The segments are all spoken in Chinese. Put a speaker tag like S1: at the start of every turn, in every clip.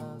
S1: 嗯，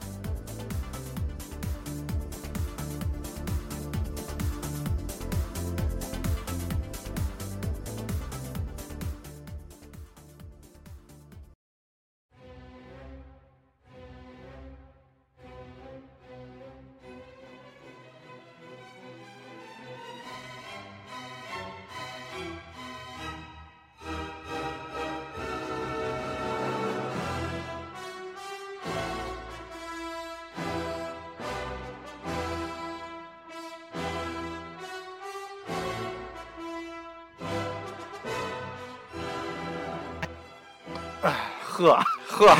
S2: 呵呵，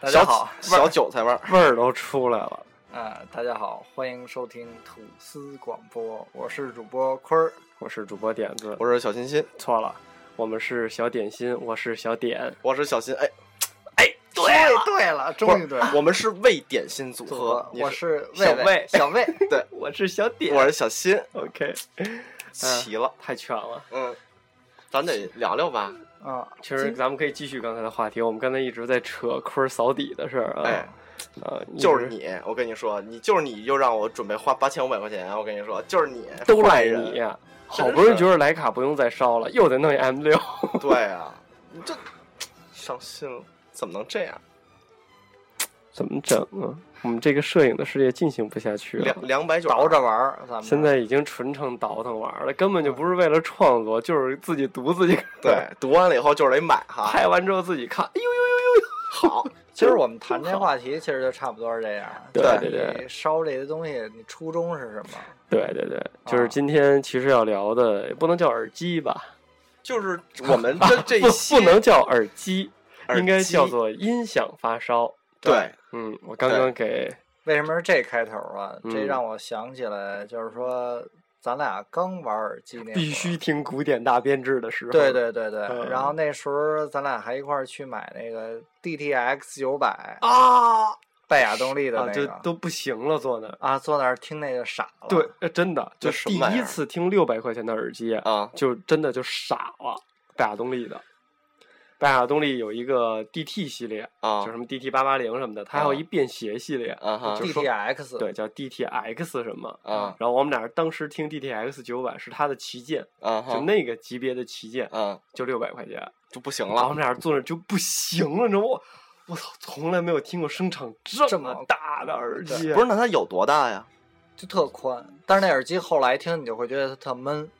S3: 大家好，
S4: 小韭菜味儿。
S3: 味儿都出来了。
S2: 啊、大家好，欢迎收听吐司广播，我是主播坤儿。
S3: 我是主播点子，
S4: 我是小欣欣，
S3: 错了，我们是小点心，我是小点。
S4: 我是小欣。哎，
S2: 对对了，终于对了，
S4: 我们是未点心组
S2: 组
S4: 合
S2: 合。
S4: 你
S2: 我是
S3: 小
S2: 魏
S3: 魏
S2: 小魏，
S4: 对，
S3: 我是小点
S4: 我是小欣，
S3: OK，
S4: 齐了。
S3: 太全了。
S4: 嗯，咱得聊聊吧。
S2: 啊，
S3: 其实咱们可以继续刚才的话题，我们刚才一直在扯坤儿扫底的事儿啊。
S4: 哎，
S3: 呃，一 直
S4: 就是你，我跟你说，你就是你，又让我准备花八千五百块钱。我跟你说，就是你，
S3: 都
S4: 坏
S3: 赖
S4: 人
S3: 你。 呀、
S4: 真
S3: 好不容易
S4: 是
S3: 觉得徕卡不用再烧了，又得弄一 M 六。
S4: 对啊，你这伤心了，怎么能这样？
S3: 怎么整啊？我们这个摄影的事业进行不下去了
S4: 两。两百九，
S2: 倒着玩儿，咱们
S3: 现在已经纯成倒腾玩儿了，根本
S4: 嗯
S3: 就不是为了创作，就是自己读自己。
S4: 对，读完了以后就是得买哈。
S3: 拍完之后自己看，哎呦
S4: 好，
S2: 其实我们谈这话题，其实就差不多是这样。
S3: 对
S2: 就是
S3: 对对
S2: 你烧这些东西，你初衷是什么？
S3: 对对对，
S4: 啊
S3: 就是今天其实要聊的，也不能叫耳机吧，
S4: 就是我们这这
S3: 不
S4: 一期
S3: 不能叫耳机，
S4: 耳
S3: 应该
S4: 机
S3: 叫做音响发烧。
S4: 对，
S3: 嗯，我刚刚给
S2: 为什么是这开头啊？
S3: 嗯
S2: 这让我想起来，就是说咱俩刚玩耳机那会儿
S3: 必须听古典大编制的时候，
S2: 对对对对，
S3: 嗯
S2: 然后那时候咱俩还一块儿去买那个 DTX 九百
S3: 啊
S2: 拜亚动力的
S3: 啊，
S2: 那
S3: 就
S2: 个
S3: 都不行了，坐那儿。
S2: 啊坐那儿听那个傻了。
S3: 对，呃真的
S4: 这
S3: 就
S4: 什
S3: 第
S4: 么玩意
S3: 一
S4: 儿
S3: 次听六百块钱的耳机啊
S4: 啊，
S3: 就真的就傻了。拜亚动力的，拜亚动力有一个 DT 系列
S4: 啊
S3: 就什么 DT 八八零什么的，它还有
S4: 啊
S3: 一便携系列
S4: 啊哈
S3: 就说
S2: DTX
S3: 对，叫 DTX 什么。
S4: 啊
S3: 然后我们俩当时听 DTX 九百是它的旗舰，
S4: 啊
S3: 就
S4: 哈，
S3: 那个级别的旗舰，
S4: 嗯
S3: 就六百块钱。
S4: 就不行
S3: 然后我
S4: 了
S3: 们俩坐着就不行了，你知道吗我我操，从来没有听过声场
S2: 这
S3: 这
S2: 么
S3: 么大的耳
S2: 对
S3: 机，
S4: 不是，那它有多大呀？
S2: 就特宽，但是那耳机后来听你就会觉得它特闷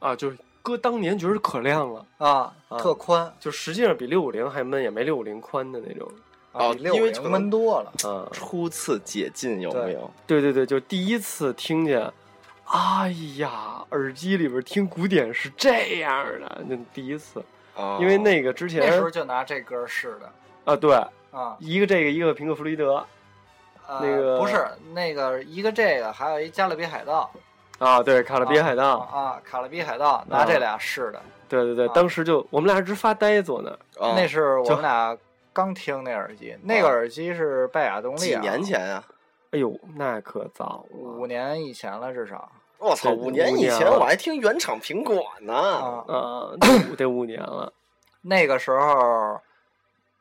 S3: 啊，就是哥当年觉得可亮了。
S2: 啊，
S3: 啊
S2: 特宽
S3: 就实际上比六五零还闷，也没六五零宽的那种。
S2: 啊，
S4: 哦
S2: 比六
S4: 因为可
S2: 零
S4: 能
S2: 闷多了。
S3: 啊，
S4: 初次解禁有没有？
S3: 对对对，就第一次听见，哎呀，耳机里边听古典是这样的，那第一次，
S4: 啊，
S3: 因为那个之
S2: 那时
S3: 前
S2: 候就拿这歌试的
S3: 啊，对，
S2: 啊，
S3: 一个这个，一个平克·弗雷德
S2: 呃
S3: 那个
S2: 不是那个一个这个，还有一加勒比海盗
S3: 啊，对，卡拉比海盗，
S2: 啊，卡勒比海盗拿这俩试的，
S3: 对对对，
S2: 啊
S3: 当时就我们俩直发呆坐那儿，
S4: 啊
S2: 那是我们俩刚听那耳机，那个耳机是拜亚动力
S4: 几
S2: 啊，
S4: 年前啊？
S3: 哎呦，那可早
S2: 五
S3: 了
S2: 年以前了至少
S4: 我操，
S3: 对
S4: 五年
S3: 五
S4: 以
S3: 年
S4: 前
S3: 了
S4: 我还听原厂苹果呢。
S2: 啊，
S3: 啊，得五得五年了，
S2: 那个时候，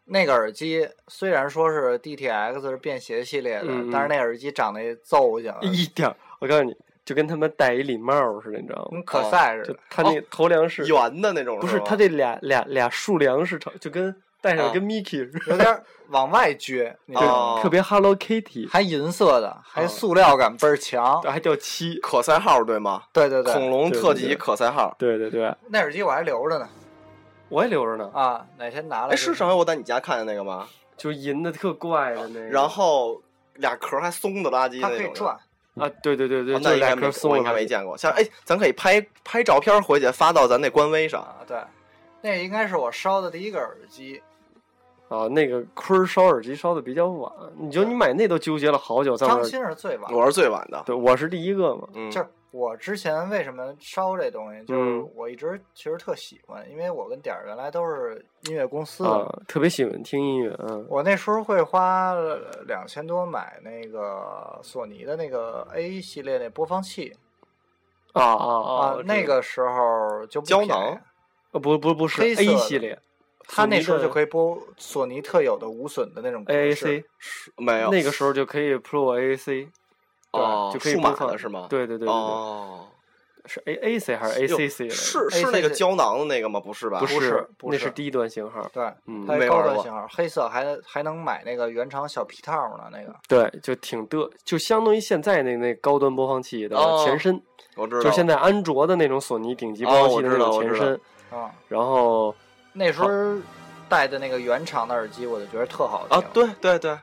S2: 那个耳机虽然说是 DTX 是便携系列的，
S3: 嗯嗯
S2: 但是那耳机长得揍
S4: 啊
S2: 型，
S3: 一点儿，我告诉你，就跟他们戴一礼帽似的，你知道吗？
S2: 跟可赛
S4: 嗯
S2: 似
S3: 就
S2: 的。
S3: 他
S4: 哦
S3: 那头梁是
S4: 圆的那种
S3: 不是，
S4: 吗
S3: 它这俩俩俩竖梁是成，就跟戴
S4: 啊
S3: 上跟 Mickey 似
S2: 有点儿往外撅，你
S3: 的，
S2: 知
S4: 哦
S2: 道吗？
S3: 就特别 Hello Kitty，
S2: 还银色的，还塑料感倍儿强。
S3: 还掉漆。
S4: 可赛号对吗？
S2: 对对
S4: 恐
S2: 对，
S4: 龙
S3: 对
S4: 特
S3: 对
S4: 级
S3: 对
S4: 可赛号。
S3: 对对对，
S2: 那耳机我还留着呢
S3: 我也留着呢，
S2: 啊，哪天拿来
S4: 哎，是上回我在你家看见那个吗？
S3: 就银的特怪的那个。
S4: 然后俩壳还松的垃圾
S2: 它
S4: 那
S2: 可以
S4: 种的。
S2: 转，
S3: 啊，对对对对，
S4: 哦
S3: 就
S4: 那
S3: 是
S4: 应该
S3: 莱
S4: 没
S3: 克
S4: 我
S3: 送
S4: 应该
S3: 的
S4: 没见过。像哎，咱可以拍拍照片回去发到咱那官微上。
S2: 啊，对，那应该是我烧的第一个耳机。
S3: 啊，那个坤儿烧耳机烧的比较晚，你就你买那都纠结了好久，再
S2: 张
S3: 往
S2: 鑫是最晚，
S4: 我是最晚的，
S3: 对我是第一个嘛，
S4: 嗯，
S2: 就是我之前为什么烧这东西，就是
S3: 嗯
S2: 我一直其实特喜欢，因为我跟点儿原来都是音乐公司的，
S3: 啊，特别喜欢听音乐，嗯、
S2: 我那时候会花两千多买那个索尼的那个 A 系列那播放器
S3: 啊啊
S4: 哦
S3: 啊
S2: 啊，那个时候就不
S4: 胶
S2: 便宜
S4: 囊，
S3: 呃不不不是
S2: 黑色
S3: A
S2: 的
S3: 系列
S2: 它那时候就可
S3: 以
S2: 以播索尼特有的无损的那种格
S3: AAC，
S2: 式
S4: 没有
S3: 那个时候就可以 Pro AAC，
S4: 哦
S3: 对，就可以
S4: 数码
S3: 播放
S4: 的是吗
S3: 对对对对对，
S4: 哦，
S3: 是 AAC 还是
S4: 哟
S3: ACC 来着？
S4: 是是那个
S2: ACC
S4: 胶囊的那个吗？不是吧？
S3: 不
S2: 不是不
S3: 那
S2: 是
S3: 是低端型号。
S2: 对，
S3: 嗯
S2: 它
S4: 没
S2: 是高
S4: 玩
S2: 端
S4: 过
S2: 型号，黑色还还能买那个原厂小皮套呢，那个
S3: 对，就挺的，就相当于现在那那高端播放器的
S4: 哦
S3: 前身，
S4: 我知道
S3: 就
S4: 了，
S3: 是现在安卓的那种索尼顶级
S4: 哦
S3: 播放
S4: 我
S3: 器的
S4: 知
S3: 那
S4: 道
S3: 种
S4: 我
S3: 前
S4: 知道
S3: 身。
S2: 啊，
S3: 然后
S2: 那时候戴的那个原厂的耳机，我就觉得特好听
S4: 啊，对对对，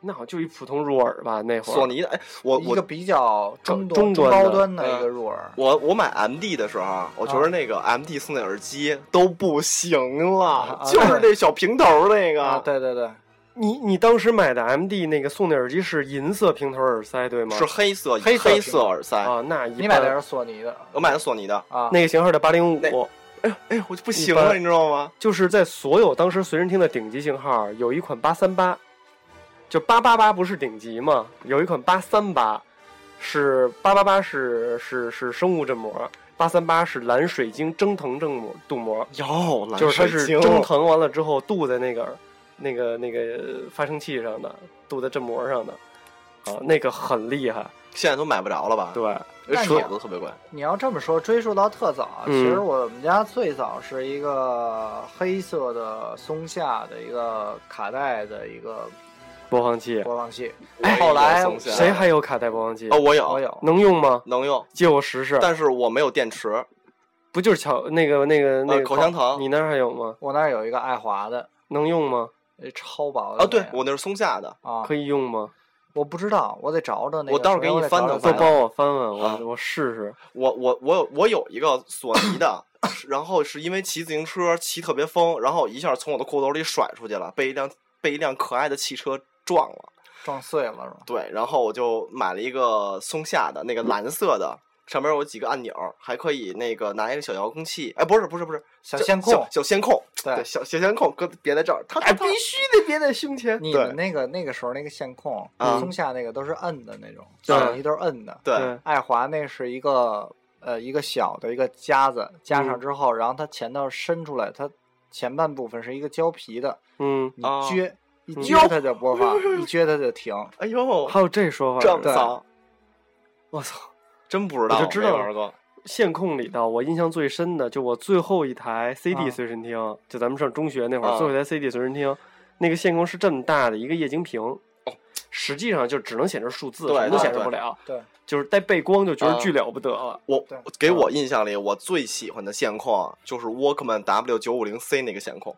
S3: 那好像就一普通入耳吧，那会儿
S4: 索尼的，哎，我
S2: 一个
S4: 我
S2: 比较中
S3: 中
S2: 中
S3: 端
S2: 高
S3: 的
S2: 端的
S4: 嗯
S2: 一个入耳。
S4: 我我买 MD 的时候啊，我觉得那个 MD 送那耳机都不行了
S2: 啊，
S4: 就是那小平头那
S2: 啊，
S4: 个，
S2: 对对对，
S3: 你你当时买的 MD 那个送的耳机是银色平头耳塞对吗？
S4: 是黑色
S2: 黑色
S4: 黑
S2: 屏
S4: 色耳塞，
S3: 啊，那一
S2: 你买的
S3: 般
S2: 是索尼的
S4: 我买的索尼的，
S2: 啊？
S3: 那个型号的八零
S4: 那
S3: 五，
S4: 哎，我就不行
S3: 一般
S4: 了，你知道吗？
S3: 就是在所有当时随身听的顶级型号，有一款八三八，就八八八不是顶级嘛，有一款八三八，是八八八是是是生物振膜，八三八是蓝水晶蒸腾振膜镀膜，
S4: 有，蓝
S3: 就是它
S4: 水
S3: 是
S4: 晶
S3: 蒸腾完了之后镀在那个那个那个发声器上的，镀在振膜上的，啊，那个很厉害，
S4: 现在都买不着了吧？
S3: 对，
S2: 那
S4: 哎，
S2: 你
S4: 出口都特别贵。
S2: 你要这么说，追溯到特早，啊
S3: 嗯
S2: 其实我们家最早是一个黑色的松下的一个卡带的一个
S3: 播放器，
S2: 播放器，
S4: 哎
S2: 后来
S4: 有松下
S3: 谁还有卡带播放器？
S4: 哦，我有，
S2: 我有
S3: 能用吗？
S4: 能用，
S3: 借我试试。
S4: 但是我没有电池。
S3: 不就是巧那个那个那个
S4: 呃口香糖
S3: 你那儿还有吗？
S2: 我那儿有一个爱华的，
S3: 能用吗？
S2: 呃超薄的
S4: 啊，对
S2: 那个
S4: 我那是松下的，
S2: 啊，
S3: 可以用吗？
S2: 我不知道，我得找找那个。
S4: 我待会儿给你
S2: 得找
S4: 翻
S2: 找
S4: 腾翻
S3: 都
S4: 腾
S3: 帮我翻翻，
S4: 啊
S3: 我我试试。
S4: 我我我有我有一个索尼的，是然后是因为骑自行车骑特别疯，然后一下从我的裤兜里甩出去了，被一辆被一辆可爱的汽车撞了。
S2: 撞碎了是吗？
S4: 对，然后我就买了一个松下的那个蓝色的，上面有几个按钮，还可以那个拿一个小遥控器。哎，不是不是不是，
S2: 小
S4: 叫
S2: 线控
S4: 小，小线控，
S2: 对
S4: 对，小小线控，搁别在这儿，它它必须得别在胸前。
S2: 你
S4: 对
S2: 们那个那个时候那个线控，
S4: 啊
S2: 松下那个都是摁的那种，
S3: 对
S2: 索尼都是摁的。
S4: 对，
S2: 爱华那是一个呃一个小的一个夹子，夹
S4: 嗯
S2: 上之后，然后它前头伸出来，它前半部分是一个胶皮的，
S3: 嗯，
S2: 你
S4: 哦
S2: 撅、一
S3: 嗯
S2: 撅它就播放，一撅它就 停。
S4: 哎呦，
S3: 还有这说法
S4: 这
S3: 儿
S4: 么
S2: 对
S4: 脏，
S3: 我操！
S4: 真不知
S3: 我
S4: 道，
S3: 就知
S4: 没
S3: 道
S4: 玩过。
S3: 线控里头，我印象最深的就我最后一台 CD
S2: 啊
S3: 随身听，就咱们上中学那会儿，
S4: 啊
S3: 最后一台 CD 随身听，那个线控是这么大的一个液晶屏，实际上就只能显示数字，
S4: 哦对
S3: 什么都
S2: 对
S3: 显示
S4: 对
S3: 不了，
S4: 哦
S2: 对，
S3: 就是带背光就觉得
S4: 啊
S3: 巨了不得了。
S4: 我
S2: 对
S4: 给我印象里，我最喜欢的线控就是 Walkman W 九五零 C 那个线控，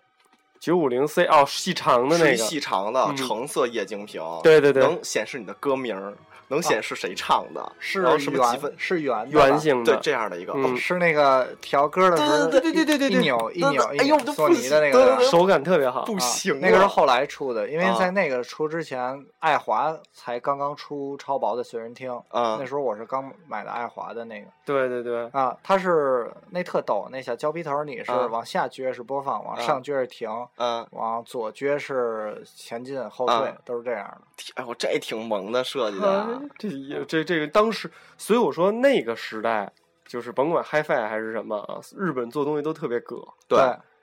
S3: 九五零 C 哦，细长的
S4: 是
S3: 那
S4: 一
S3: 个，
S4: 细长的
S3: 嗯
S4: 橙色液晶屏，
S3: 对对对，
S4: 能显示你的歌名儿，能显示谁唱的，
S2: 是
S4: 然后什么几
S2: 圆
S4: 分，
S2: 是圆的吧
S3: 圆，形
S4: 对
S3: 的，
S4: 这样的一个。
S3: 嗯
S4: 哦
S2: 是那个调歌的时候，
S4: 对对对对对对对
S2: 一扭一
S4: 对
S2: 扭
S4: 对
S2: 一
S4: 哎呦
S2: 扭
S4: 我，都
S2: 索
S4: 不
S2: 尼
S4: 行
S2: 的那
S4: 对对
S2: 个
S4: 对
S2: 是吧。
S3: 手感特别好。
S4: 哦不
S2: 啊
S4: 行了，
S2: 那个是后来出的，因为
S4: 啊
S2: 在那个出之前，爱华才刚刚出超薄的随身听，
S4: 啊
S2: 那时候我是刚买的爱华的那个
S3: 对对对，
S2: 啊，它是那特逗，那小胶皮头你是
S4: 啊
S2: 往下撅是播放，往
S4: 啊
S2: 上撅是停，
S4: 嗯，
S2: 往左撅是前进后退
S4: 啊，
S2: 都是这样的。
S4: 挺哎，我这挺萌的设计的
S3: 啊
S4: 啊，
S3: 这也这这个当时，所以我说那个时代，就是甭管 HiFi 还是什么啊，日本做东西都特别葛，
S4: 对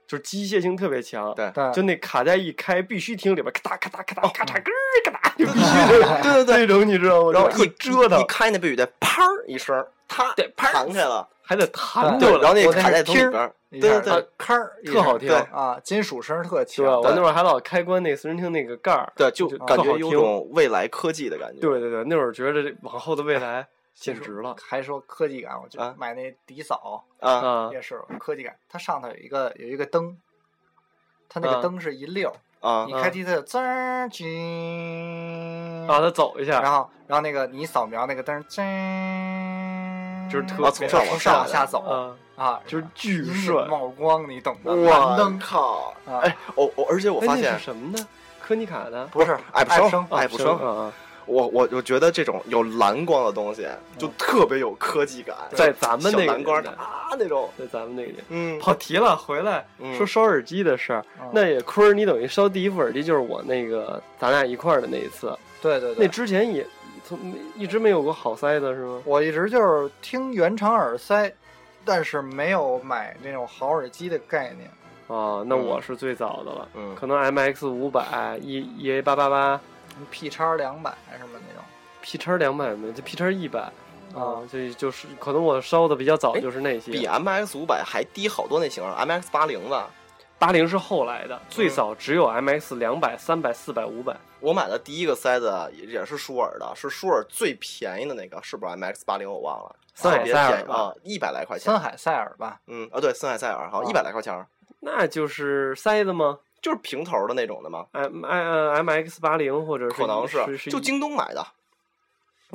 S3: 就是机械性特别强。
S4: 对哦
S2: 对
S3: 就那卡带一开，必须听里边咔嗒咔嗒咔嗒咔嚓咯儿咔嗒，就必须得
S4: 对对对，
S3: 那种你知道吗？
S4: 然后
S3: 就特
S4: 一
S3: 折
S4: 一
S3: 腾，
S4: 开那背雨带，啪儿一声儿，它
S3: 对啪儿
S4: 弹开了，
S3: 还得弹
S4: 对
S3: 着，
S4: 然后那
S2: 我那
S4: 卡
S2: 是
S4: 在头里
S2: 听儿
S4: 边儿，
S2: 一
S4: 对
S2: 下
S4: 对
S2: 啊
S4: 对，
S2: 咔儿一
S3: 特好
S2: 声
S3: 听。
S4: 对
S2: 啊，金属声儿特
S3: 对
S2: 强。
S3: 吧？我
S2: 对
S3: 那会儿还老开关那随身听那个盖儿，
S4: 对，就
S3: 就
S4: 感
S3: 特
S4: 觉
S3: 好
S4: 有
S3: 听
S4: 种未来科技的感觉。
S3: 对对哎对，那会儿觉得这往后的未来简直了
S2: 还说科技感，我觉得
S4: 啊
S2: 买那底扫
S4: 啊，
S3: 啊！
S2: 也是科技感。它上头有一个有一个灯，它那
S3: 啊
S2: 个灯是一溜儿，
S4: 啊啊
S2: 你
S3: 嗯
S2: 开机它有滋儿吱，
S3: 让它走一下，
S2: 然后然后那个你扫描那个灯儿吱，
S3: 就是特
S4: 啊，
S3: 别
S4: 从
S2: 上
S4: 上往
S2: 上
S4: 下
S2: 往下走
S3: 啊，
S2: 啊，
S3: 就是巨
S4: 嗯
S2: 阴影
S3: 帅。
S2: 冒光，你懂的。
S4: 我
S2: 蓝灯
S4: 靠！
S2: 啊
S4: 哎，我我而且我
S3: 哎
S4: 发
S3: 那
S4: 现
S3: 是什么呢？科尼卡的
S2: 不是
S4: 爱
S2: 爱
S4: 普生
S2: 生，
S4: 爱普
S3: 生
S4: 生
S3: 啊，
S4: 我我我觉得这种有蓝光的东西就特别有科技感，
S3: 在嗯咱们那
S4: 小
S3: 个
S4: 蓝光
S3: 年代
S4: 啊那种，
S3: 在咱们那个年代。
S4: 嗯，
S3: 跑题了，回来
S4: 嗯
S3: 说烧耳机的事儿。
S2: 嗯
S3: 那也坤儿，你等于烧第一副耳机就是我那个咱俩一块儿的那一次，
S2: 对对对，
S3: 那之前也从没一直没有过好塞的是吗？
S2: 我一直就是听原厂耳塞，但是没有买那种好耳机的概念。
S3: 啊，那
S4: 嗯
S3: 我是最早的了，
S4: 嗯
S3: 可能 M X 五百、E E A 八八八、
S2: P 叉两百什么那种，
S3: P 叉两百没，就 P 叉一百啊
S2: 嗯，
S3: 就就是可能我烧的比较早，
S4: 哎
S3: 就是那
S4: 比
S3: 些。
S4: M X 五百还低好多那型，M X 八零吧。
S3: 八零是后来的，
S4: 嗯
S3: 最早只有 M X 两百、三百、四百、五百。
S4: 我买的第一个塞子也是舒尔的，是舒尔最便宜的那个，是不是 M X 八零？我忘了，
S3: 森海
S4: 特别
S3: 塞尔
S4: 便宜
S3: 吧
S4: 啊，一百来块钱
S2: 森。海塞尔吧，
S4: 嗯，啊，对，森海塞尔，好像一百来块钱儿，
S3: 那就是塞子吗
S4: 就是平头的那种的嘛，
S3: ？M I M X 八零或者是
S4: 可能
S3: 是是
S4: 就京东买的。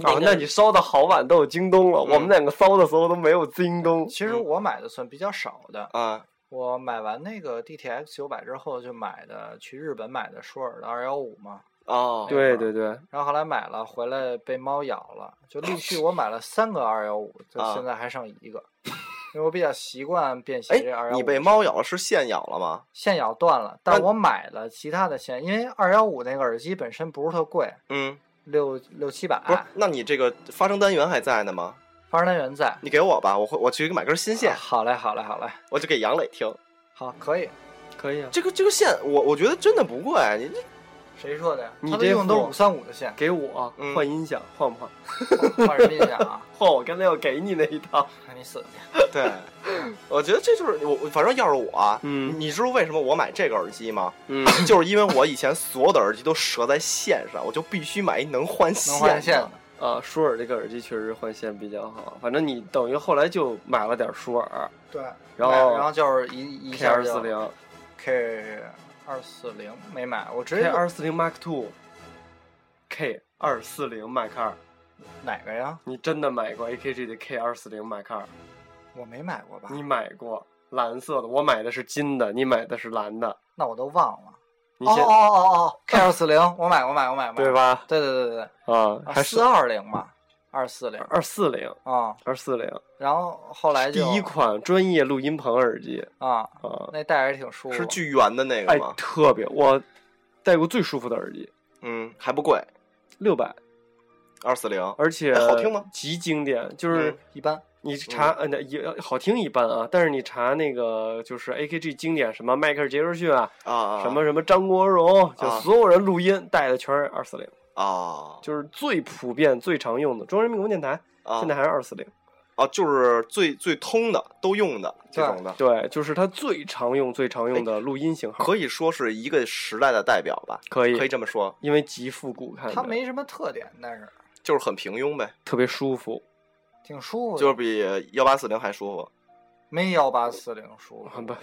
S3: 啊，那你烧的好晚都有京东了，
S4: 嗯
S3: 我们两个骚的时候都没有京东。
S2: 其实
S4: 嗯
S2: 我买的算比较少的。
S4: 啊，
S2: 我买完那个 DTX 九百之后，就买的去日本买的舒尔的二幺五嘛，
S4: 哦，
S3: 对对对，
S2: 然后后来买了回来被猫咬了，就陆续我买了三个二幺五，就
S4: 啊
S2: 现在还剩一个，因为我比较习惯便携这二
S4: 哎，
S2: 幺五。
S4: 你被猫咬了是线咬了吗？
S2: 线咬断了，但
S4: 那
S2: 我买了其他的线，因为二幺五那个耳机本身不是特贵，
S4: 嗯，
S2: 六六七百，
S3: 啊
S4: 不是，那你这个发声单元还在呢吗？
S2: 发声单元在。
S4: 你给我吧，我会我去买根新线
S2: 啊，好嘞，好嘞，好嘞，
S4: 我就给杨磊听。
S2: 好，可以。
S3: 可以啊。
S4: 这个这个线，我我觉得真的不贵，你这
S2: 谁说的呀？
S3: 你
S2: 他
S3: 这
S2: 用的都是
S3: 副，
S2: 五三五的线
S3: 给我
S4: 嗯
S3: 换音响，换不换？
S2: 换什么音响啊？
S3: 换我刚才要给你那一套。
S2: 看你 死去。
S4: 对，我觉得这就是我，我反正要是我啊，
S3: 嗯
S4: 你知道为什么我买这个耳机吗？
S3: 嗯，
S4: 就是因为我以前所有的耳机都折在线上，我就必须买一能换线
S2: 能
S4: 的。
S2: 换线的。
S3: 啊，舒尔这个耳机确实换线比较好，反正你等于后来就买了点舒尔，
S2: 对，
S3: 然
S2: 买
S3: 后
S2: 然后就是一一
S3: K
S2: 下
S3: 二
S2: 就
S3: 四零
S2: K 二四零没买，我直
S3: ，K
S2: 接
S3: 二四零 Mark Two，K 二四零 Mark 二，
S2: 哪个呀？
S3: 你真的买过 AKG 的 K 二四零 Mark 二？
S2: 我没买过吧？
S3: 你买过蓝色的，我买的是金的，你买的是蓝的，
S2: 那我都忘了。
S3: 你
S2: 哦
S3: 先、
S2: 哦哦哦哦，K 二四零，我买，我买，我买，我买
S3: 对？吧？
S2: 对对对对
S3: 啊，
S2: 对，
S3: 还
S2: 啊
S3: 是
S2: 四二零吧，二四零
S3: 二四零，
S2: 啊。
S3: 二四零，
S2: 然后后来就
S3: 第一款专业录音棚耳机
S2: 啊，
S3: 啊，
S2: 那戴着也挺舒服。
S4: 是巨圆的那
S3: 哎
S4: 个吗，？
S3: 特别，我戴过最舒服的耳机，
S4: 嗯，还不贵，
S3: 六百，
S4: 二四零。
S3: 而且
S4: 哎好听吗？
S3: 极经典，就是
S4: 嗯
S2: 一般，
S3: 你查，呃，那也好听一般啊，但是你查那个就是 AKG 经典，什么迈克尔·杰克逊啊，
S4: 啊啊，
S3: 什么什么张国荣，就
S4: 啊
S3: 所有人录音带的全是二四零，
S4: 啊？
S3: 就是最普遍、最常用的。中央人民广播电台
S4: 啊
S3: 现在还是二四零，
S4: 啊，就是最最通的都用的这种的，
S3: 对，就是它最常用、最常用的录音型号，
S4: 可以说是一个时代的代表吧，
S3: 可以
S4: 哎可以这么说，
S3: 因为极复古，看着
S2: 它没什么特点，但是
S4: 就是很平庸呗，
S3: 特别舒服，
S2: 挺舒服的，
S4: 就是比幺八四零还舒
S3: 哦
S4: 服
S2: 没幺八四零舒
S3: 啊
S2: 服。
S3: 不，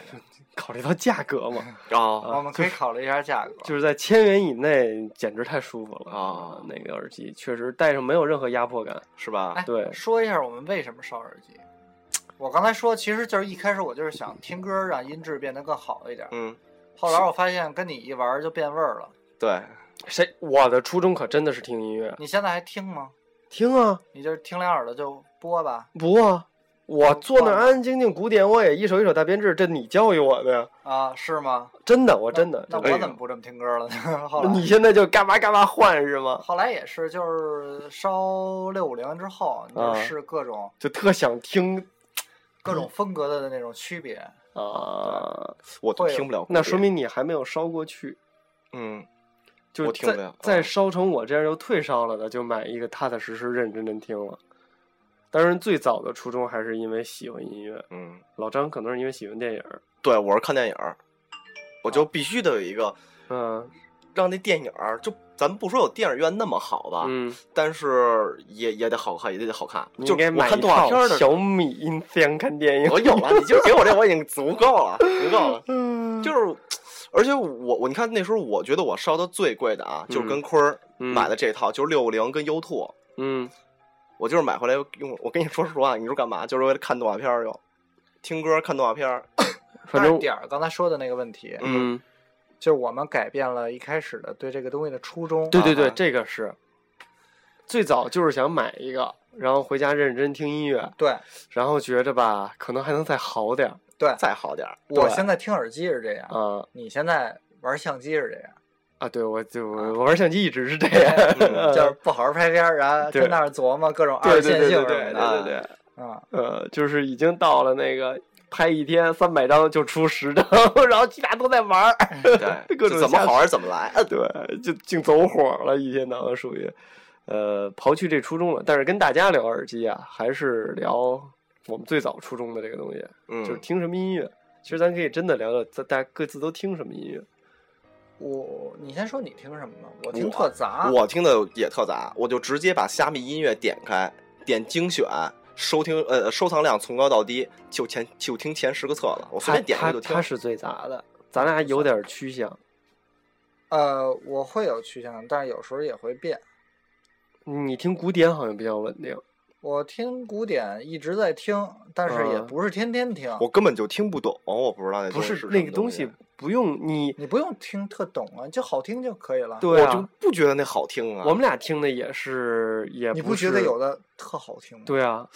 S3: 考虑到价格嘛，
S4: 啊。
S2: 我们可以考虑一下价格。
S3: 就是在千元以内，简直太舒服了
S4: 啊
S3: 那个耳机确实戴上没有任何压迫感，
S4: 是吧？
S2: 哎
S3: 对
S2: 说一下我们为什么烧耳机。我刚才说，其实就是一开始我就是想听歌让音质变得更好一点，
S4: 嗯，
S2: 后来我发现跟你一玩儿就变味儿了。
S4: 对，
S3: 谁？我的初衷可真的是听音乐，
S2: 你现在还听吗？
S3: 听啊，
S2: 你就是听两耳朵就播吧。
S3: 不啊，我坐那儿
S2: 忘了
S3: 安安静静古典，我也一首一首大编制，这你教育我的呀，
S2: 啊，是吗？
S3: 真的，我真的。
S2: 那
S3: 真的
S2: 我怎么不这么听歌了呢？ 后
S3: 你
S2: 来
S3: 现在就嘎巴嘎巴换是吗？
S2: 后来也是，就是烧六五零之后，你就
S3: 啊嗯
S2: 试各种、
S3: 就特想听
S2: 各种风格的那种区别。
S3: 啊，
S4: 我都
S2: 会有
S4: 听不了古典。
S3: 那说明你还没有烧过去，
S4: 嗯，
S3: 就
S4: 我听不
S3: 再
S4: 了
S3: 再
S4: 啊
S3: 烧成我这样又退烧了的，就买一个踏踏实实、认真真听了。当然，最早的初衷还是因为喜欢音乐，
S4: 嗯，
S3: 老张可能是因为喜欢电影儿，
S4: 对我是看电影儿，我
S3: 哦
S4: 就必须得有一个
S3: 嗯
S4: 让那电影儿就。咱不说有电影院那么好吧，
S3: 嗯，
S4: 但是也也得好看，也得好看。
S3: 你
S4: 就
S3: 应该
S4: 是我
S3: 买
S4: 看
S3: 一
S4: 动画
S3: 套
S4: 片儿的时候，
S3: 小米音箱看电影。
S4: 我有了，你今儿给我这我已经足够了，足够了。
S3: 嗯，
S4: 就是而且我我你看那时候我觉得我烧的最贵的啊，就是跟坤儿
S3: 嗯
S4: 买的这套，就是六零跟 U Two，
S3: 嗯，
S4: 我就是买回来用。我跟你说实话，你知道干嘛？就是为了看动画片儿用，听歌看动画片儿。
S3: 反
S2: 但是
S3: 正
S2: 点儿刚才说的那个问题，
S3: 嗯，
S2: 就是我们改变了一开始的对这个东西的初衷。
S3: 对对对，
S2: 啊
S3: 这个是最早就是想买一个，然后回家认真听音乐，
S2: 对
S3: 然后觉着吧，可能还能再好点儿
S2: 对，
S4: 再好点儿，
S2: 我现在听耳机是这样，
S3: 啊
S2: 你现在玩相机是这样，
S3: 啊！对我就我我玩相机一直是 这样，
S4: 嗯
S2: 就是不好好拍片儿，然后
S3: 呃对
S2: 跟那儿琢磨各种
S3: 对
S2: 二
S3: 对
S2: 线
S3: 对
S2: 性
S3: 对
S2: 什
S3: 对
S2: 么
S4: 啊
S3: 对
S2: 的。
S3: 对，
S2: 嗯，
S3: 呃，就是已经到了那个拍一天三百张就出十张， 然后其他都在玩儿，
S4: 对，
S3: 各
S4: 就
S3: 种
S4: 怎么
S3: 下
S4: 好玩儿怎么 来。
S3: 对，就净走火了，一天到晚属于，呃，刨去这初衷了，但是跟大家聊耳机啊，还是聊我们最早初衷的这个东西，
S4: 嗯，
S3: 就是听什么音乐。其实咱可以真的聊聊，咱大家各自都听什么音乐。
S2: 我你先说你听什么吧，我
S4: 我
S2: 听特杂。
S4: 我听的也特杂，我就直接把虾米音乐点开，点精选，收听呃收藏量从高到低，就前就听前十个册子，我随便点一
S3: 他
S4: 个就听
S3: 他。是最杂的，咱俩有点趋向。
S2: 呃，我会有趋向，但是有时候也会变。
S3: 你听古典好像比较稳定，
S2: 我听古典一直在听，但是也
S3: 嗯
S2: 不是天天听。
S4: 我根本就听不懂，我不知道那
S3: 不
S4: 东西啊
S3: 是
S4: 哎是
S3: 那
S4: 什
S3: 个
S4: 么
S3: 东
S4: 东
S3: 西，不用你。
S2: 你不用听特懂啊，就好听就可以了。
S3: 对
S4: 我就
S3: 啊，
S4: 不觉得那好听啊。
S3: 我们俩听的也是，也
S2: 你
S3: 不
S2: 不觉得
S3: 是
S2: 有？的特好听吗？
S3: 对啊，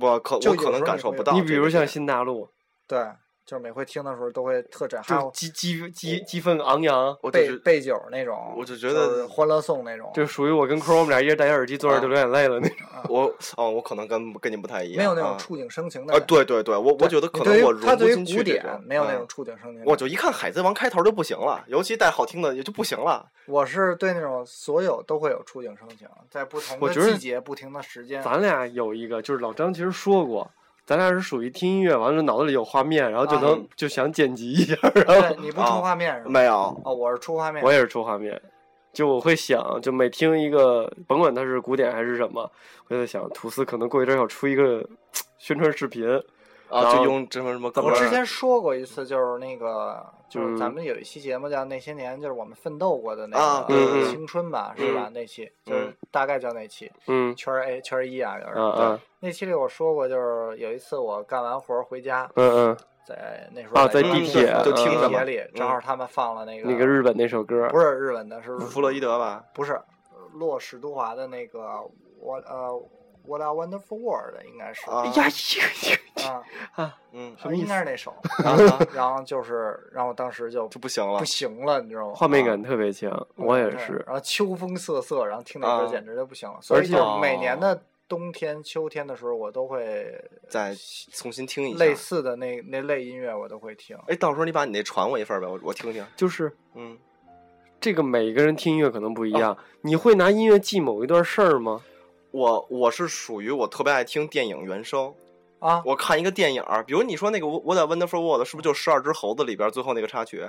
S4: 我可
S2: 就
S4: 我可
S2: 有时
S4: 能
S2: 候
S4: 感
S2: 你
S4: 受
S2: 会
S4: 不到这
S3: 你
S4: 个点。
S3: 比如像新大陆，
S2: 对，就是每回听的时候都会特震
S3: 就
S2: 撼，
S3: 激激激激愤昂扬，
S4: 我就
S2: 背
S4: 是
S2: 背景儿那种，
S4: 我就觉
S2: 是
S4: 得
S2: 欢乐颂那种，
S3: 就属于我跟坤儿我们俩一人戴耳机坐
S2: 啊
S3: 那儿就流眼泪了那种。
S4: 我哦，我可能跟跟你不太一样，
S2: 没有那
S3: 嗯
S2: 种
S4: 啊
S2: 触景生情的
S4: 啊，
S2: 感觉。
S4: 对对对，我我觉得
S2: 你
S4: 可
S2: 对
S4: 能
S2: 于
S4: 我融
S2: 他
S4: 不
S2: 对
S4: 进
S2: 于
S4: 去
S2: 古
S4: 这
S2: 典
S4: 种
S2: 没有那种
S4: 嗯
S2: 触景生情的感觉。
S4: 我就一看《海贼王》开头就不行了，尤其带好听的也就不行了。
S2: 我是对那种所有都会有触景生情，在不同
S3: 我
S2: 的
S3: 觉得
S2: 季节、不停的时间，
S3: 咱俩有一个，就是老张其实说过，咱俩是属于听音乐完了脑子里有画面，然后就
S2: 啊
S3: 能就想剪辑一下，然后
S2: 对你不出
S4: 啊
S2: 画面是吧？
S4: 没有，
S2: 哦，我是出画面
S3: 我，也是出画面，就我会想，就每听一个，甭管它是古典还是什么，我就在想，吐司可能过一阵儿要出一个宣传视频，然
S4: 啊，
S3: 后
S4: 就用这么什么歌
S2: 我
S4: 儿
S2: 之前说过一次，就是那个，就是咱
S3: 嗯
S2: 们有一期节目叫《那些年》，就是我们奋斗过的那
S4: 啊
S2: 个
S3: 嗯嗯
S2: 呃青春吧，是吧？那期就是
S4: 嗯
S2: 大概叫那期
S3: 嗯
S2: 圈儿 A 圈儿一啊，就是
S3: 嗯嗯
S2: 那期里我说过，就是有一次我干完活儿回家，
S3: 嗯嗯，
S2: 在那时
S3: 啊
S2: 候
S3: 在
S2: 地
S4: 地铁就
S2: 就
S4: 听
S2: 地
S4: 着
S2: 铁
S4: 嘛
S2: 里
S4: 嗯，
S2: 正好他们放了那个
S3: 那个日本那首歌，
S2: 不是啊日本的，是
S4: 弗洛伊德吧？
S2: 不是洛史都华的那个我呃。What a wonderful world，应该是
S4: 啊
S3: 哎呀，一个
S2: 啊，
S4: 嗯，
S3: 什么意
S2: 应
S3: 思
S2: 该是那首。
S4: 然后呢
S2: 然后就是，然后当时就
S4: 就不行了
S2: 不。行了，你知道吗？啊
S3: 画面感特别强，我也
S2: 对
S3: 是，
S2: 然后秋风瑟瑟，然后听那
S4: 啊
S2: 歌简直就不行了。所
S3: 而
S2: 以
S3: 且
S2: 就每年的冬天、秋天的时候，我都会
S4: 再重新听一下。
S2: 类似的那那类音乐我都会听。
S4: 哎，到时候你把你那传我一份儿呗，我我听听。
S3: 就是
S4: 嗯，
S3: 这个每个人听音乐可能不一
S2: 啊
S3: 样，你会拿音乐记某一段事儿吗？
S4: 我我是属于我特别爱听电影原声。
S2: 啊
S4: 我看一个电影儿，比如你说那个《我我在 Wonderful World》，是不是就《十二只猴子》里边最后那个插曲？